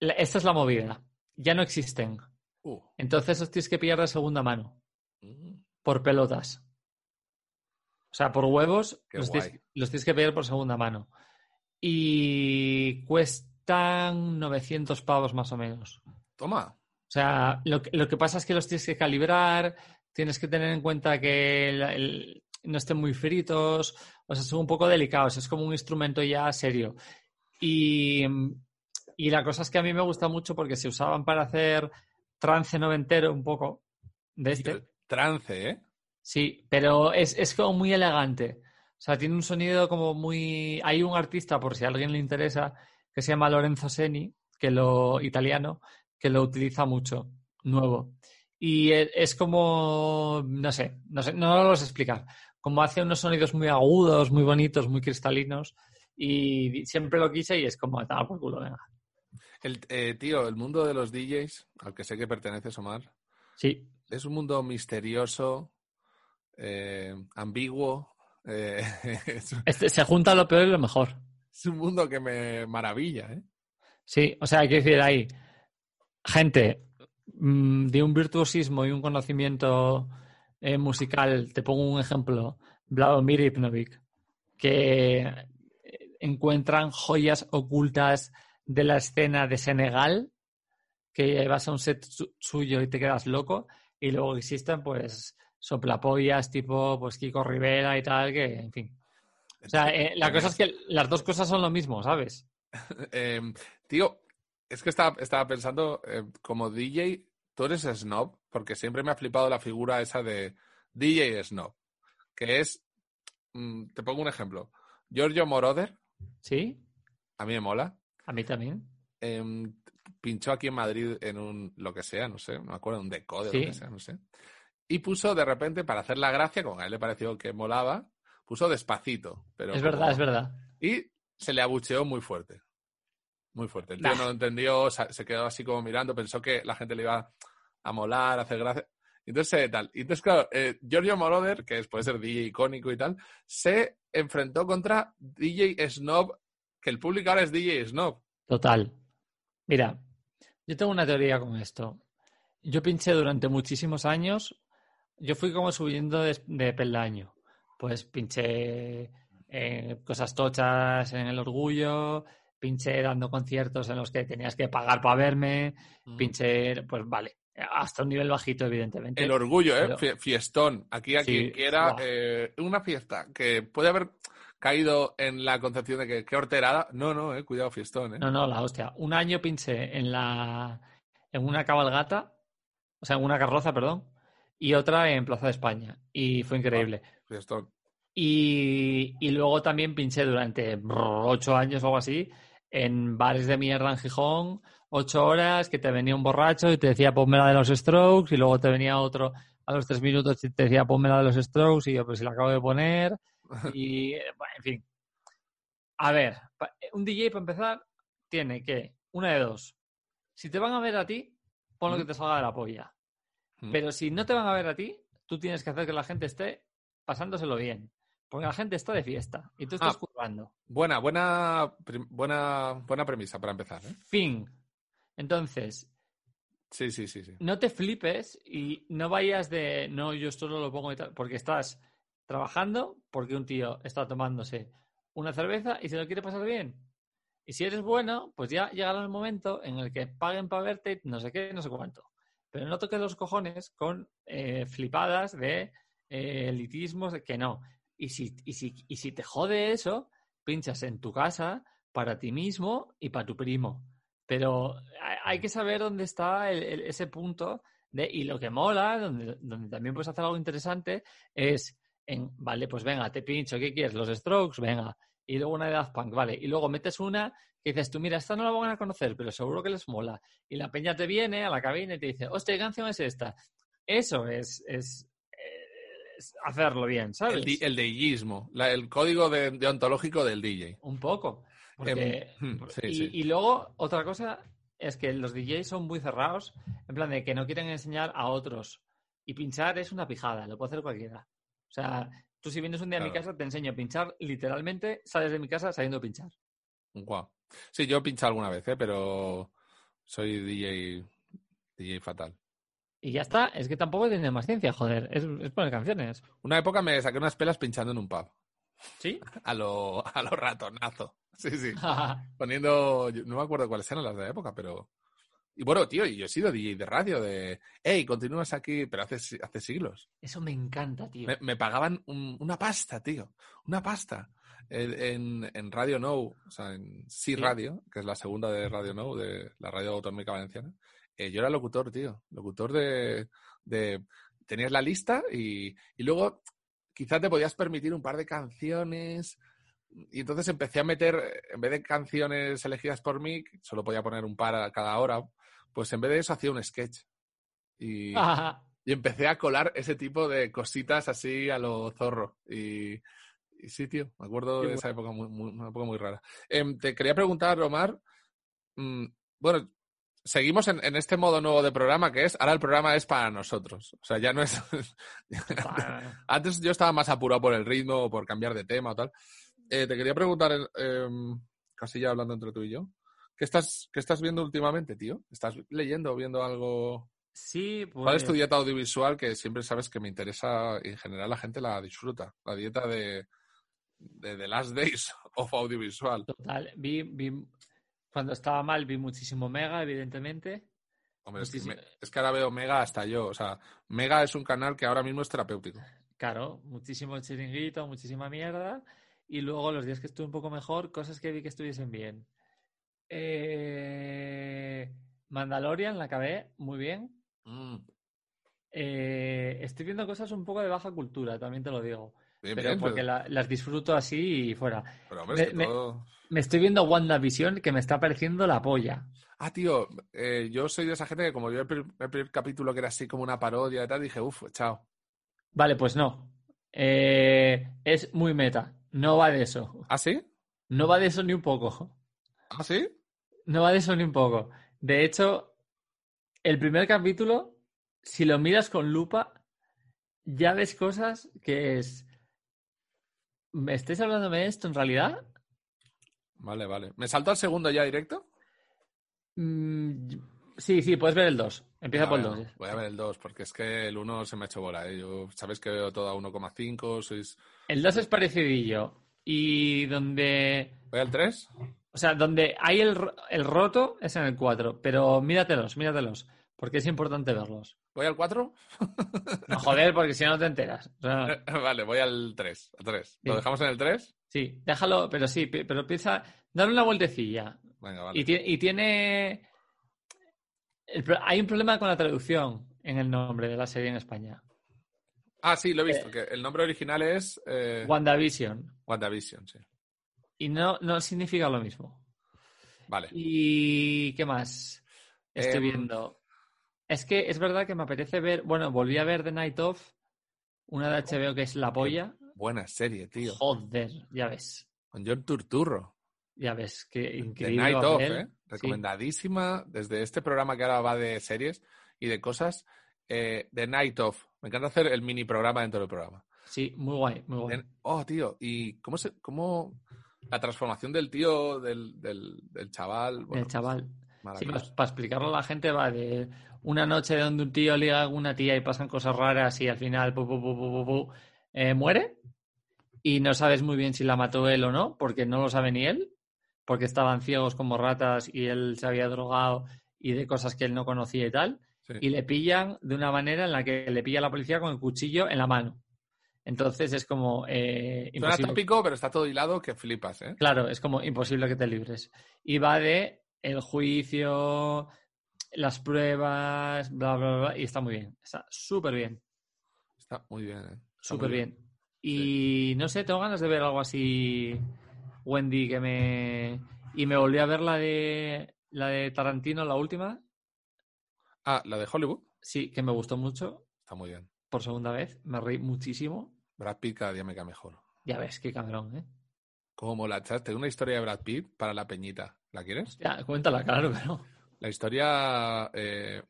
D: La- Esta es la movida. Ya no existen.
C: Uh.
D: Entonces os tienes que pillar de segunda mano.
C: Mm.
D: Por pelotas. O sea, por huevos,
C: Qué
D: los
C: guay.
D: tienes, los tienes que pillar por segunda mano. Y cuestan 900 pavos más o menos.
C: Toma.
D: O sea, lo, que- lo que pasa es que los tienes que calibrar, tienes que tener en cuenta que el- el- no estén muy fritos, o sea, son un poco delicados, es como un instrumento ya serio. Y, y la cosa es que a mí me gusta mucho porque se usaban para hacer trance noventero un poco de este.
C: Trance, ¿eh?
D: Sí, pero es, es como muy elegante. O sea, tiene un sonido como muy... Hay un artista, por si a alguien le interesa, que se llama Lorenzo Seni, que lo italiano, que lo utiliza mucho, nuevo. Y e- es como, no sé, no sé, no lo sé explicar. Como hace unos sonidos muy agudos, muy bonitos, muy cristalinos. Y di- siempre lo quise y es como, ah, por culo, venga.
C: El, eh, tío, el mundo de los DJs, al que sé que perteneces, Omar,
D: Sí,
C: es un mundo misterioso, eh, ambiguo. eh, (laughs) es,
D: Este- se junta lo peor y lo mejor.
C: es un mundo que me maravilla, ¿eh?
D: Sí, o sea, hay que decir ahí, gente mm, de un virtuosismo y un conocimiento eh, musical, te pongo un ejemplo, Vladimir Ipnovic, que eh, encuentran joyas ocultas de la escena de Senegal, que vas a un set su- suyo y te quedas loco, y luego existen pues soplapollas tipo pues Kiko Rivera y tal, que en fin. O sea, eh, la cosa es que las dos cosas son lo mismo, ¿sabes?
C: Eh, tío, es que estaba, estaba pensando, eh, como DJ, tú eres snob, porque siempre me ha flipado la figura esa de DJ snob, que es, mm, te pongo un ejemplo, Giorgio Moroder,
D: ¿Sí?
C: a mí me mola,
D: A mí también.
C: em, pinchó aquí en Madrid en un lo que sea, no sé, no me acuerdo, un decode,
D: Sí.
C: lo que sea, no sé. Y puso de repente, para hacer la gracia, como a él le pareció que molaba, puso despacito. Pero
D: es
C: como-
D: verdad, es verdad.
C: Y se le abucheó muy fuerte. Muy fuerte. El tío
D: Nah.
C: no lo entendió, sa- se quedó así como mirando, pensó que la gente le iba a molar, a hacer gracia. Entonces, eh, tal. Y Entonces, claro, eh, Giorgio Moroder, que es- puede ser DJ icónico y tal, se enfrentó contra DJ Snob, que el público ahora es DJ Snob.
D: Total. Mira, yo tengo una teoría con esto. Yo pinché durante muchísimos años, yo fui como subiendo de, de peldaño. Pues pinché eh, cosas tochas en el orgullo, pinché dando conciertos en los que tenías que pagar para verme,
C: Mm.
D: pinché, pues vale, hasta un nivel bajito, evidentemente.
C: El orgullo, ¿eh?
D: Pero-
C: Fie- Fiestón. Aquí a
D: Sí,
C: quien quiera,
D: buah.
C: eh, una fiesta que puede haber caído en la concepción de que qué horterada. No, no, eh, cuidado, fiestón, ¿eh?
D: No, no, la hostia. Un año pinché en la en una cabalgata, o sea, en una carroza, perdón, y otra en Plaza de España. Y fue increíble.
C: Fiestón.
D: Y, y luego también pinché durante brr, ocho años o algo así en bares de mierda en Gijón, ocho horas, que te venía un borracho y te decía ponme la de los strokes, y luego te venía otro a los tres minutos y te decía ponme la de los strokes, y yo pues si la acabo de poner, y eh, bueno, en fin. A ver, pa- eh, un DJ para empezar tiene que, una de dos, si te van a ver a ti, pon lo que te salga de la polla.
C: Mm.
D: Pero si no te van a ver a ti, tú tienes que hacer que la gente esté pasándoselo bien. Porque la gente está de fiesta y tú estás
C: Ah.
D: currando.
C: Buena, buena, prim- buena, buena premisa para empezar, ¿eh?
D: Fin. Entonces,
C: Sí, sí, sí, sí.
D: no te flipes y no vayas de no, yo esto no lo pongo y tal, porque estás trabajando porque un tío está tomándose una cerveza y se lo quiere pasar bien. Y si eres bueno, pues ya llegará el momento en el que paguen para verte, y no sé qué, no sé cuánto. Pero no toques los cojones con eh, flipadas de eh, elitismos, que no. Y si, y, si, y si te jode eso, pinchas en tu casa para ti mismo y para tu primo. Pero hay- hay que saber dónde está el- el- ese punto de, y lo que mola, donde, donde también puedes hacer algo interesante, es en, vale, pues venga, te pincho, ¿qué quieres? Los Strokes, venga. Y luego una de Daft Punk, vale. Y luego metes una que dices tú, mira, esta no la van a conocer, pero seguro que les mola. Y la peña te viene a la cabina y te dice, hostia, ¿qué canción es esta? Eso es, es, es hacerlo bien, ¿sabes?
C: El, di- el deillismo, la- el código de- deontológico del DJ.
D: Un poco. Porque,
C: Em,
D: por-
C: sí,
D: y,
C: sí.
D: y luego, otra cosa es que los DJs son muy cerrados, en plan de que no quieren enseñar a otros. Y pinchar es una pijada, lo puede hacer cualquiera. O sea, tú si vienes un día a mi
C: Claro.
D: casa, te enseño a pinchar, literalmente sales de mi casa sabiendo pinchar.
C: Guau. Sí, yo he pinchado alguna vez, ¿eh? pero soy DJ, DJ fatal.
D: Y ya está, es que tampoco tiene más ciencia, joder, es, es poner canciones.
C: Una época me saqué unas pelas pinchando en un pub.
D: ¿Sí?
C: A lo, a lo ratonazo. Sí, sí. Poniendo. yo No me acuerdo cuáles eran las de la época, pero. Y bueno, tío, y yo he sido DJ de radio, de. Hey, continúas aquí, pero hace, si- hace siglos.
D: (laughs) Eso me encanta, tío. (laughs)
C: Me, me pagaban un- una pasta, tío. Una pasta. En, en- en Radio Now, o sea, en Sí Radio, que es la segunda de Radio Now, de la radio autonómica valenciana. eh, yo era locutor, tío. Locutor de. de- tenías la lista y, y luego quizás te podías permitir un par de canciones. Y entonces empecé a meter, en vez de canciones elegidas por mí, que solo podía poner un par a cada hora, pues en vez de eso hacía un sketch. Y,
D: Ah.
C: y empecé a colar ese tipo de cositas así a lo zorro. Y, y sí, tío, me acuerdo
D: Qué
C: de esa época muy, muy- una época muy rara. Em, te quería preguntar, Omar, mm, bueno, seguimos en, en este modo nuevo de programa que es, ahora el programa es para nosotros. O sea, ya no es... (laughs) Antes yo estaba más apurado por el ritmo o por cambiar de tema o tal. Eh, te quería preguntar, em, casi ya hablando entre tú y yo, ¿qué estás, qué estás viendo últimamente, tío? ¿Estás leyendo o viendo algo
D: sí, pues...
C: ¿Cuál es tu dieta audiovisual que siempre sabes que me interesa y en general la gente la disfruta? La dieta de, de The Last Days (laughs) of Audiovisual.
D: Total, vi, vi... Cuando estaba mal vi muchísimo Mega, evidentemente.
C: Hombre, es, que
D: Muchísimo.
C: me- es que ahora veo Mega hasta yo. O sea, Mega es un canal que ahora mismo es terapéutico.
D: Claro, muchísimo chiringuito, muchísima mierda. Y luego los días que estuve un poco mejor, cosas que vi que estuviesen bien. Eh, Mandalorian la acabé muy bien.
C: Mm,
D: Eh, estoy viendo cosas un poco de baja cultura, también te lo digo.
C: Bien,
D: pero
C: bien,
D: porque
C: pero-
D: la- las disfruto así y fuera.
C: pero, hombre, es que
D: me- me-
C: todo-
D: Me estoy viendo WandaVision que me está pareciendo la polla.
C: Ah, tío, eh, yo soy de esa gente que como yo el prim- el primer, capítulo que era así como una parodia y tal, dije, uff, chao.
D: Vale, pues no. Eh, es muy meta. No va de eso.
C: ¿Ah, sí?
D: No va de eso ni un poco.
C: ¿Ah, sí?
D: No va de eso ni un poco. De hecho, el primer capítulo, si lo miras con lupa, ya ves cosas que es. ¿Me estáis hablándome de esto en realidad?
C: Vale, vale. ¿Me salto al segundo ya directo?
D: Mm, sí, sí, puedes ver el 2. Empieza
C: Ah,
D: por el
C: bueno,
D: 2.
C: Voy a ver el 2, porque es que el 1 se me ha hecho bola. ¿eh? Yo, sabes que veo todo a 1,5, sois...
D: El 2 es parecidillo. Y donde.
C: ¿Voy al 3?
D: O sea, donde hay el, ro- el roto es en el 4. Pero míratelos, míratelos. Porque es importante verlos.
C: ¿Voy al 4?
D: No joder, porque si no no te enteras. O sea,
C: (laughs) vale, voy al 3. Al 3. ¿Lo
D: Sí.
C: dejamos en el 3?
D: Sí, déjalo, pero sí, pi- pero piensa, dale una vueltecilla.
C: Venga, vale.
D: Y, tie- y tiene... el pro- hay un problema con la traducción en el nombre de la serie en España.
C: Ah, sí, lo
D: Eh.
C: he visto, que el nombre original es eh,
D: WandaVision.
C: WandaVision, sí.
D: Y no, no significa lo mismo.
C: Vale.
D: ¿Y qué más? Estoy
C: Em,
D: viendo. Es que es verdad que me apetece ver, bueno, volví a ver The Night Of, una de HBO que es La Polla.
C: Buena serie, tío.
D: Joder, ya ves,
C: Con John Turturro.
D: ya ves, qué
C: The
D: increíble.
C: Night Of,
D: papel.
C: ¿eh? Recomendadísima desde este programa que ahora va de series y de cosas. Eh, The Night Of. Me encanta hacer el mini programa dentro del programa.
D: Sí, muy guay, muy guay.
C: Bien. Oh, tío, ¿y cómo se, cómo la transformación del tío, del, del, del chaval?
D: El
C: Bueno, pues,
D: chaval.
C: maravilloso.
D: para explicarlo a la gente va de una noche donde un tío liga a una tía y pasan cosas raras y al final pu, pu, pu, pu, pu, pu, eh, muere y no sabes muy bien si la mató él o no porque no lo sabe ni él porque estaban ciegos como ratas y él se había drogado y de cosas que él no conocía y tal
C: Sí.
D: y le pillan de una manera en la que le pilla a la policía con el cuchillo en la mano Entonces es como eh,
C: Suena
D: imposible.
C: tópico, pero está todo hilado que flipas, ¿eh?
D: Claro, es como imposible que te libres. Y va de el juicio, las pruebas, bla, bla, bla, y está muy bien. Está súper bien,
C: Está muy bien, ¿eh? Está muy
D: súper bien. Y no sé, tengo ganas de ver algo así, Wendy, que me... Y me volví a ver la de, la de Tarantino, la última,
C: Ah, la de Hollywood.
D: sí, que me gustó mucho,
C: Está muy bien.
D: por segunda vez, me reí muchísimo.
C: Brad Pitt cada día me cae mejor.
D: Ya ves, qué cabrón, ¿eh?
C: Como la echaste? Una historia de Brad Pitt para la peñita. ¿La quieres?
D: Ya, cuéntala, claro, claro.
C: La historia... eh,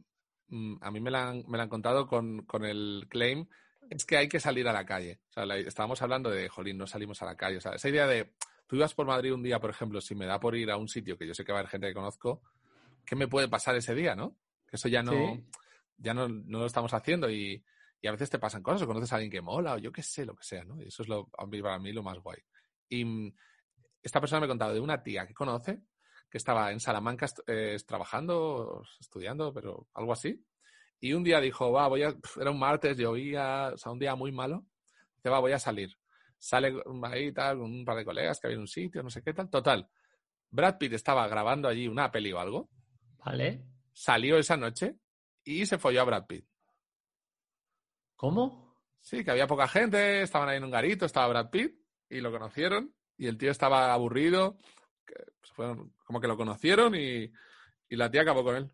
C: mm, a mí me la han, me la han contado con, con el claim es que hay que salir a la calle. O sea, la- estábamos hablando de, jolín, no salimos a la calle. O sea, esa idea de, tú ibas por Madrid un día, por ejemplo, si me da por ir a un sitio que yo sé que va a haber gente que conozco, ¿qué me puede pasar ese día, no? Que eso ya no,
D: Sí.
C: ya no, no lo estamos haciendo y, y a veces te pasan cosas o conoces a alguien que mola o yo qué sé, lo que sea, ¿no? Y eso es lo, a mí- para mí lo más guay. Y mm, esta persona me ha contado de una tía que conoce que estaba en Salamanca est- eh, trabajando, estudiando, pero algo así. Y un día dijo, va, voy a... pf, Era un martes, llovía, o sea, un día muy malo. Dice, va, voy a salir. Sale ahí tal, con un par de colegas que había en un sitio, no sé qué tal. Total, Brad Pitt estaba grabando allí una peli o algo.
D: ¿Vale?
C: Salió esa noche y se folló a Brad Pitt.
D: ¿Cómo?
C: Sí, que había poca gente, estaban ahí en un garito, estaba Brad Pitt y lo conocieron y el tío estaba aburrido, que, pues, fueron- como que lo conocieron y, y la tía acabó con él.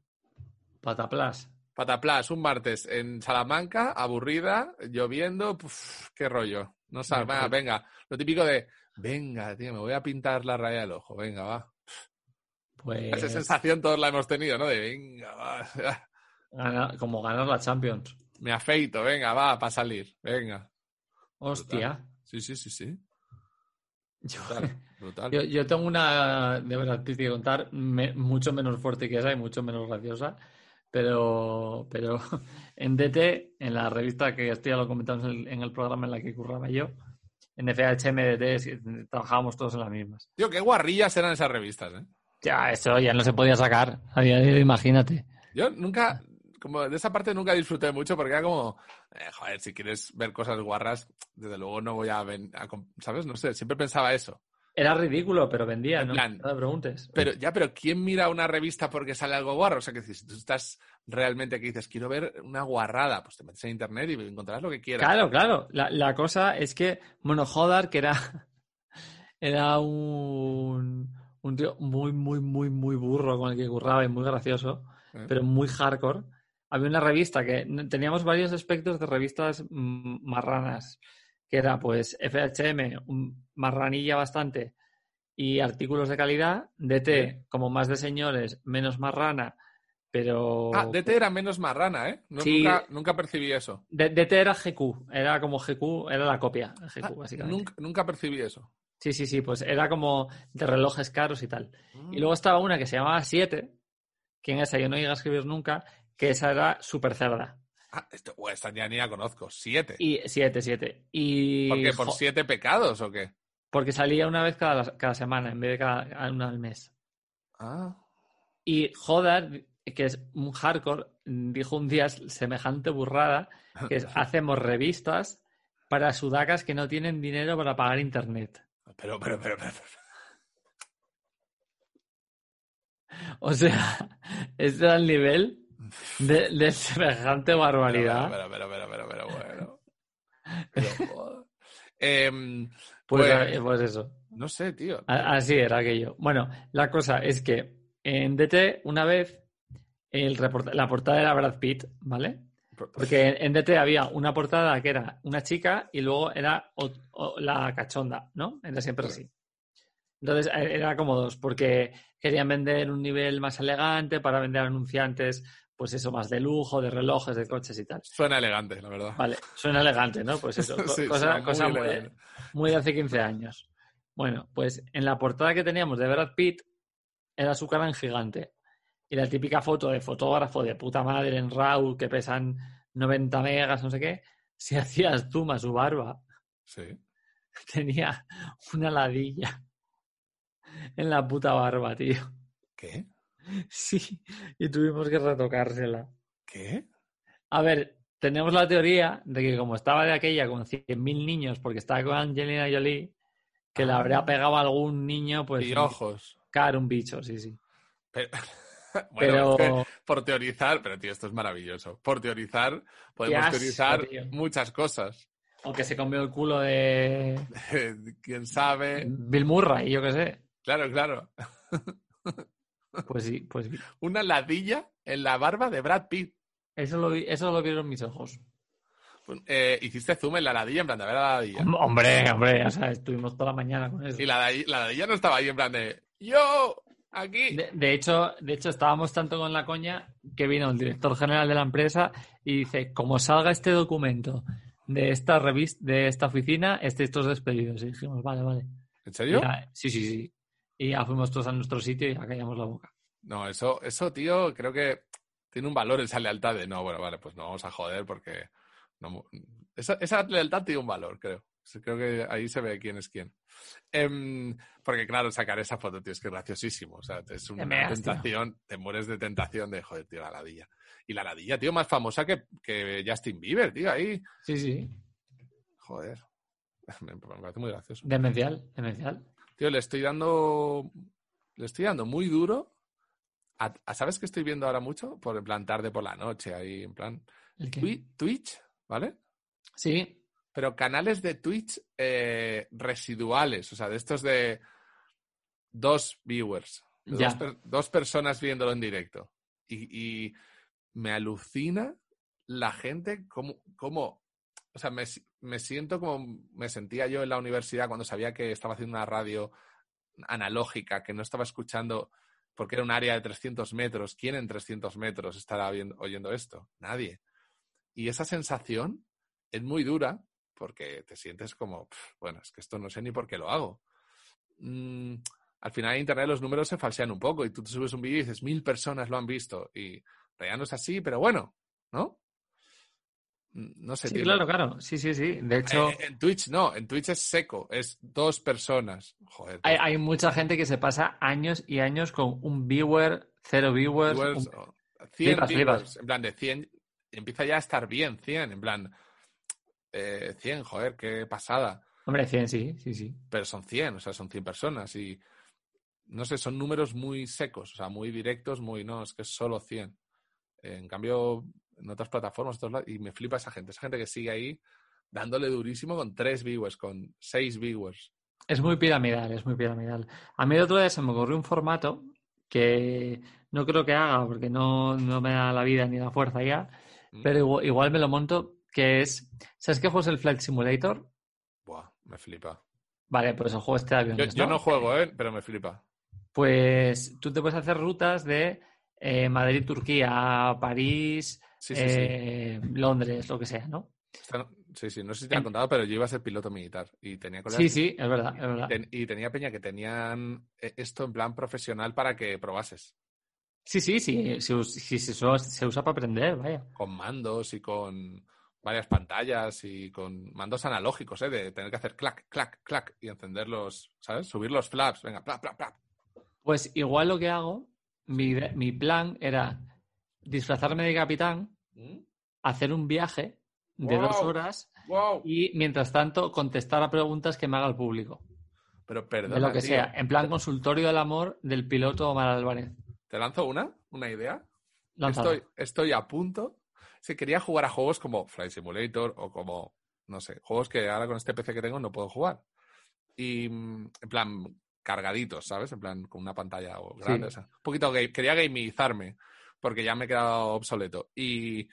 D: Pataplas.
C: Pataplas, un martes en Salamanca, aburrida, lloviendo, puf, qué rollo. No sabes,
D: Venga,
C: va, venga, lo típico de, venga, tío, me voy a pintar la raya del ojo, venga, va.
D: Pues...
C: Esa sensación todos la hemos tenido, ¿no? De, venga, va, (laughs)
D: Ganar- como ganar la Champions.
C: me afeito, venga, va, para salir, venga.
D: Hostia.
C: Sí, sí, sí, sí,
D: Yo,
C: brutal, brutal.
D: (laughs) yo- yo tengo una de verdad que contar me- mucho menos fuerte que esa y mucho menos graciosa. Pero, pero (laughs) en DT, en la revista que esto ya lo comentamos en el, en el programa en la que curraba yo, en FHM DT es que trabajábamos todos en las mismas.
C: Tío, qué guarrillas eran esas revistas, ¿eh?
D: Ya, eso ya no se podía sacar. A día de hoy, imagínate.
C: Yo nunca, como de esa parte nunca disfruté mucho porque era como, eh, joder, si quieres ver cosas guarras, desde luego no voy a, ven- a comp- ¿sabes? No sé, siempre pensaba eso.
D: Era ridículo, pero vendía,
C: En
D: ¿no?
C: plan-
D: No me preguntes.
C: Pero ya, pero ¿quién mira una revista porque sale algo guarro? O sea, que si tú estás realmente que dices, quiero ver una guarrada, pues te metes en internet y encontrarás lo que quieras.
D: Claro, claro. La, la cosa es que Mono Jodar, que era, (laughs) era un, un tío muy, muy, muy, muy burro con el que curraba y muy gracioso,
C: ¿Eh?
D: pero muy hardcore. Había una revista que teníamos varios aspectos de revistas mm, marranas, que era pues FHM, un- marranilla bastante, y artículos de calidad, DT,
C: ¿Eh?
D: como más de señores, menos marrana, pero...
C: Ah, DT era menos marrana, ¿eh? No,
D: Sí.
C: nunca, nunca percibí eso.
D: D- DT era GQ, era como GQ, era la copia, GQ,
C: Ah,
D: básicamente.
C: nunca, nunca percibí eso.
D: Sí, sí, sí, pues era como de relojes caros y tal.
C: Mm.
D: Y luego estaba una que se llamaba 7, que en esa yo no llegué a escribir nunca, que esa era súper cerda.
C: Ah, esto, buah, esta ya ni la conozco. Siete.
D: Y 7, 7. Y...
C: ¿Por qué? ¿Por
D: jo-
C: siete pecados o qué?
D: Porque salía una vez cada, cada semana, en vez de cada una al mes.
C: Ah,
D: Y Jodar, que es un hardcore, dijo un día semejante burrada,
C: (laughs)
D: que es hacemos revistas para sudacas que no tienen dinero para pagar internet.
C: pero, pero, pero, pero.
D: O sea, (laughs) ese era el nivel de, de semejante barbaridad.
C: Pero, pero, pero, pero, pero, bueno. Pero,
D: (laughs)
C: joder. Em,
D: pues,
C: pues-
D: eh, pues eso.
C: no sé, tío.
D: A- Así era aquello. Bueno, la cosa es que en DT, una vez, el report- la portada era Brad Pitt, ¿vale? Porque en, en DT había una portada que era una chica y luego era ot- o- la cachonda, ¿no? Era siempre así. Entonces eh, era como dos, porque querían vender un nivel más elegante para vender anunciantes, pues eso, más de lujo, de relojes, de coches y tal.
C: Suena elegante, la verdad.
D: Vale, suena elegante, ¿no? Pues eso,
C: (laughs)
D: co-
C: Sí, suena
D: cosa,
C: muy
D: cosa muy,
C: elegante.
D: muy de hace 15 años. Bueno, pues en la portada que teníamos de Brad Pitt era su cara en gigante. Y la típica foto de fotógrafo de puta madre en RAW que pesan 90 megas, no sé qué. Si (laughs) hacías zoom a su barba, (laughs)
C: Sí.
D: tenía una ladilla en la puta barba, tío. (laughs)
C: ¿Qué?
D: Sí, y tuvimos que retocársela.
C: ¿Qué?
D: A ver, tenemos la teoría de que como estaba de aquella con 100.000 niños porque estaba con Angelina Jolie, que le habrá pegado a algún niño, pues...
C: y ojos.
D: Cara, un bicho, sí, sí.
C: Pero, (laughs) bueno,
D: Pero-
C: es que por teorizar, pero tío, esto es maravilloso. Por teorizar, podemos
D: Qué asco,
C: teorizar
D: tío.
C: muchas cosas. (laughs)
D: O que se comió el culo de
C: Quién sabe.
D: Bill Murray, yo qué sé.
C: Claro, claro.
D: Pues sí, pues sí.
C: Una ladilla en la barba de Brad Pitt.
D: Eso lo, vi- eso lo vieron mis ojos.
C: Eh, hiciste zoom en la ladilla, en plan de a ver la ladilla.
D: Hom- Hombre, hombre, o sea, estuvimos toda la mañana con eso.
C: Y la, ladi- la ladilla no estaba ahí en plan de yo, aquí.
D: De, de hecho, de hecho, estábamos tanto con la coña que vino el director general de la empresa y dice, como salga este documento de esta revista, de esta oficina, estéis todos despedidos. Y dijimos, vale, vale.
C: ¿En serio?
D: Ya, sí, sí, sí. Y ya fuimos todos a nuestro sitio y ya callamos la boca.
C: No, eso, eso, tío, creo que tiene un valor esa lealtad de no, bueno, vale, pues no vamos a joder porque no mo- esa, esa lealtad tiene un valor, creo. Sí, Creo que ahí se ve quién es quién. Em, porque, claro, sacar esa foto, tío, es que es graciosísimo. O sea, es una
D: meas, tío.
C: tentación, te mueres de tentación de joder, tío, la ladilla. Y la ladilla, tío, más famosa que, que Justin Bieber, tío, ahí.
D: Sí, sí.
C: Joder. (laughs) Me, me parece muy gracioso.
D: Demencial, demencial.
C: Tío, le estoy dando. Le estoy dando muy duro. A, a- ¿Sabes qué estoy viendo ahora mucho? Por en plan tarde por la noche, ahí en plan.
D: ¿El qué?
C: Twi- Twitch, ¿vale?
D: Sí,
C: Pero canales de Twitch eh, residuales, o sea, de estos de dos viewers, de
D: Ya.
C: dos, per- dos personas viéndolo en directo. Y, y me alucina la gente como, como o sea, me, si- me siento como me sentía yo en la universidad cuando sabía que estaba haciendo una radio analógica, que no estaba escuchando porque era un área de 300 metros. ¿Quién en 300 metros estará viendo- oyendo esto? Nadie. Y esa sensación es muy dura porque te sientes como, "Pf, bueno, es que esto no sé ni por qué lo hago. Mm, al final en Internet los números se falsean un poco y tú te subes un vídeo y dices, mil personas lo han visto y en realidad no es así, pero bueno, ¿no? Mm, No sé,
D: sí,
C: tío.
D: claro, claro. Sí, sí, sí. De hecho,
C: Eh, en Twitch no, en Twitch es seco, es dos personas. Joder,
D: hay, hay mucha gente que se pasa años y años con un viewer, cero viewers.
C: viewers,
D: un-
C: o- 100
D: Flipas,
C: viewers,
D: flipas.
C: en plan de 100, empieza ya a estar bien, 100, en plan eh, 100, joder, qué pasada,
D: Hombre, 100, sí, sí, sí.
C: pero son 100, o sea, son 100 personas y no sé, son números muy secos, o sea, muy directos, muy no, es que es solo 100. Eh, en cambio, en otras plataformas, otros lados, y me flipa esa gente, esa gente que sigue ahí dándole durísimo con 3 viewers, con 6 viewers.
D: Es muy piramidal, es muy piramidal. A mí el otro día se me ocurrió un formato que no creo que haga porque no, no me da la vida ni la fuerza ya,
C: Mm.
D: pero igual, igual me lo monto, que es... ¿Sabes qué juego es el Flight Simulator?
C: Buah, me flipa.
D: Vale, pues el juego este de
C: Yo,
D: aviones,
C: yo no juego, ¿eh? pero me flipa.
D: Pues tú te puedes hacer rutas de eh, Madrid-Turquía, París,
C: Sí, sí,
D: eh, Londres, lo que sea, ¿no?
C: sí. Esta no- sí, sí, no sé si te han contado, pero yo iba a ser piloto militar y tenía colegas
D: Sí, sí, es verdad, es verdad.
C: ten- y tenía peña que tenían eh, esto en plan profesional para que probases
D: Sí, sí, sí, se, us- sí, se usa, se usa para aprender, vaya.
C: con mandos y con varias pantallas y con mandos analógicos, ¿eh? de tener que hacer clac, clac, clac y encenderlos, ¿sabes? Subir los flaps, venga, plap, plap, plap.
D: Pues igual lo que hago, mi, ide- mi plan era disfrazarme de capitán,
C: ¿Mm?
D: hacer un viaje de dos
C: Wow.
D: horas
C: ¡Wow!
D: y mientras tanto contestar a preguntas que me haga el público,
C: Pero perdona,
D: de lo que
C: tío,
D: sea, en plan consultorio del amor del piloto Omar Álvarez.
C: ¿Te lanzo una? ¿Una idea?
D: Lanzado.
C: Estoy, estoy a punto. Si quería jugar a juegos como Flight Simulator o como, no sé, juegos que ahora con este PC que tengo no puedo jugar. Y mm, en plan cargaditos, ¿sabes? En plan con una pantalla o grande.
D: Sí.
C: o sea, un poquito game, quería gameizarme porque ya me he quedado obsoleto. Y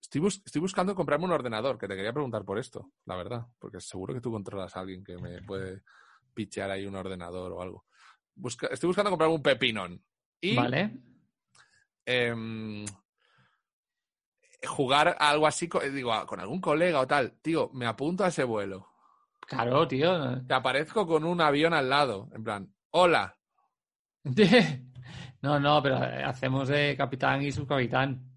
C: estoy, bus- estoy buscando comprarme un ordenador, que te quería preguntar por esto, la verdad, porque seguro que tú controlas a alguien que me puede pichear ahí un ordenador o algo. Busca- estoy buscando comprarme un pepinón. Y
D: Vale.
C: em, jugar a algo así, co- digo, a- con algún colega o tal, tío, me apunto a ese vuelo.
D: Claro, tío. (laughs)
C: Te aparezco con un avión al lado, en plan, hola.
D: No, no, pero eh, hacemos de capitán y subcapitán,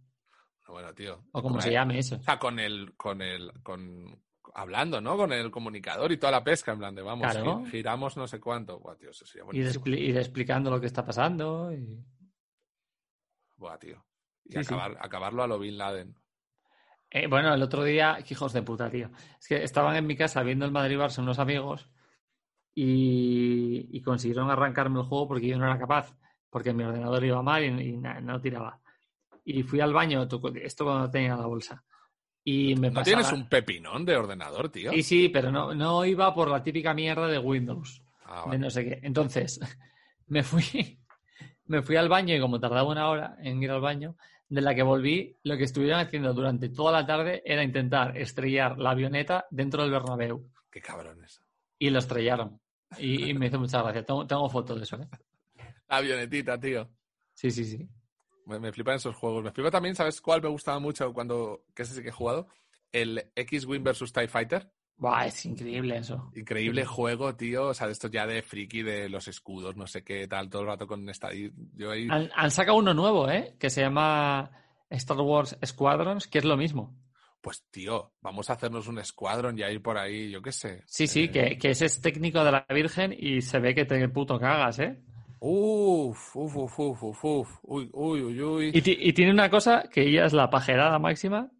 C: Bueno, tío.
D: o como
C: con
D: se
C: el-
D: llame eso.
C: O sea, con el, con el, con hablando, ¿no? Con el comunicador y toda la pesca, en plan de vamos,
D: Claro.
C: gi- giramos no sé cuánto. Buah, tío, eso sería
D: Ir,
C: buenísimo.
D: expli- ir explicando lo que está pasando. y-
C: Buah, tío. Y
D: Sí, sí.
C: acabar, acabarlo a lo Bin Laden.
D: Eh, bueno, el otro día, qué hijos de puta, tío. Es que estaban en mi casa viendo el Madrid Barça unos amigos y, y consiguieron arrancarme el juego porque yo no era capaz, porque mi ordenador iba mal y, y na- no tiraba. Y fui al baño, tocó- esto cuando tenía la bolsa. Y me
C: ¿No
D: pasaba-
C: tienes un pepinón de ordenador, tío?
D: Sí, sí, pero no, no iba por la típica mierda de Windows
C: Ah,
D: de
C: vale.
D: no sé qué. Entonces, (laughs) me fui, (laughs) me fui al baño y como tardaba una hora en ir al baño, de la que volví, lo que estuvieron haciendo durante toda la tarde era intentar estrellar la avioneta dentro del Bernabéu.
C: Qué cabrones.
D: Y lo estrellaron. Y, y me hizo mucha gracia. Tengo, tengo fotos de eso, ¿eh?
C: La avionetita, tío.
D: Sí, sí, sí.
C: Me, me flipan esos juegos. Me flipa también, ¿sabes cuál me gustaba mucho cuando, que ese sí que he jugado? El X-Wing versus TIE Fighter.
D: Buah, es increíble eso.
C: Increíble juego, tío. O sea, de estos ya de friki, de los escudos, no sé qué, tal, todo el rato con esta. y Yo ahí.
D: Han, han sacado uno nuevo, ¿eh? Que se llama Star Wars Squadrons, que es lo mismo.
C: Pues, tío, vamos a hacernos un escuadrón y a ir por ahí, yo qué sé.
D: Sí, sí,
C: Eh,
D: que, que ese es técnico de la Virgen y se ve que te puto cagas, ¿eh?
C: Uf, uf, uf, uf, uf, uf. Uy, uy, uy, uy.
D: Y, ti- y tiene una cosa que ya es la pajerada máxima,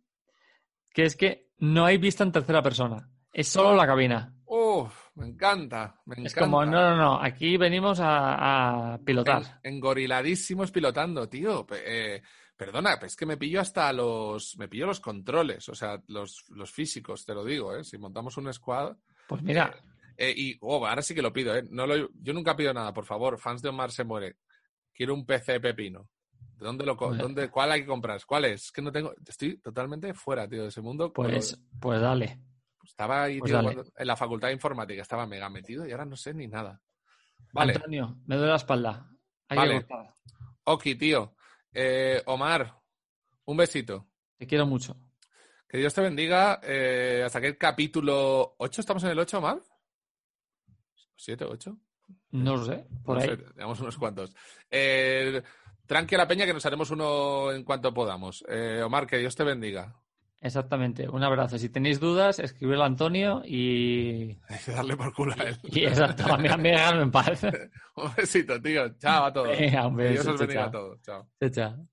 D: que es que no hay vista en tercera persona. Es solo la cabina.
C: Uf, me encanta, me encanta.
D: Es como, no, no, no, aquí venimos a, a pilotar.
C: En- engoriladísimos pilotando, tío. Pe- eh, perdona, es que me pillo hasta los. Me pillo los controles, o sea, los, los físicos, te lo digo, ¿eh? Si montamos un squad.
D: Pues mira,
C: eh, y, oh, ahora sí que lo pido, ¿eh? No lo, yo nunca pido nada, por favor. Fans de Omar se muere. Quiero un PC Pepino. ¿De dónde lo co-
D: Bueno.
C: dónde, ¿Cuál hay que comprar? ¿Cuál es? Es que no tengo. Estoy totalmente fuera, tío, de ese mundo. pero
D: pues, pues dale.
C: estaba ahí,
D: pues
C: tío,
D: dale.
C: cuando- en la facultad de informática, estaba mega metido y ahora no sé ni nada. Vale.
D: Antonio, me duele la espalda. Hay que
C: Vale.
D: cortar.
C: Oki, tío. Eh, Omar, un besito.
D: Te quiero mucho.
C: Que Dios te bendiga. eh, hasta que el capítulo 8, ¿estamos en el 8, Omar? ¿7, 8?
D: No lo sé, por
C: no
D: ahí.
C: sé, tenemos unos cuantos. Eh, tranqui a la peña que nos haremos uno en cuanto podamos. Eh, Omar, que Dios te bendiga. (laughs)
D: Exactamente. Un abrazo. Si tenéis dudas, escribirlo a Antonio y.
C: Hay que darle por culo a él.
D: Y exacto, (laughs) a mí, a mí dejadme en paz.
C: un besito, tío. Chao a todos.
D: Venga, (laughs) un
C: Que Dios
D: beso,
C: os bendiga
D: chao,
C: a todos. Chao.
D: Chao, chao.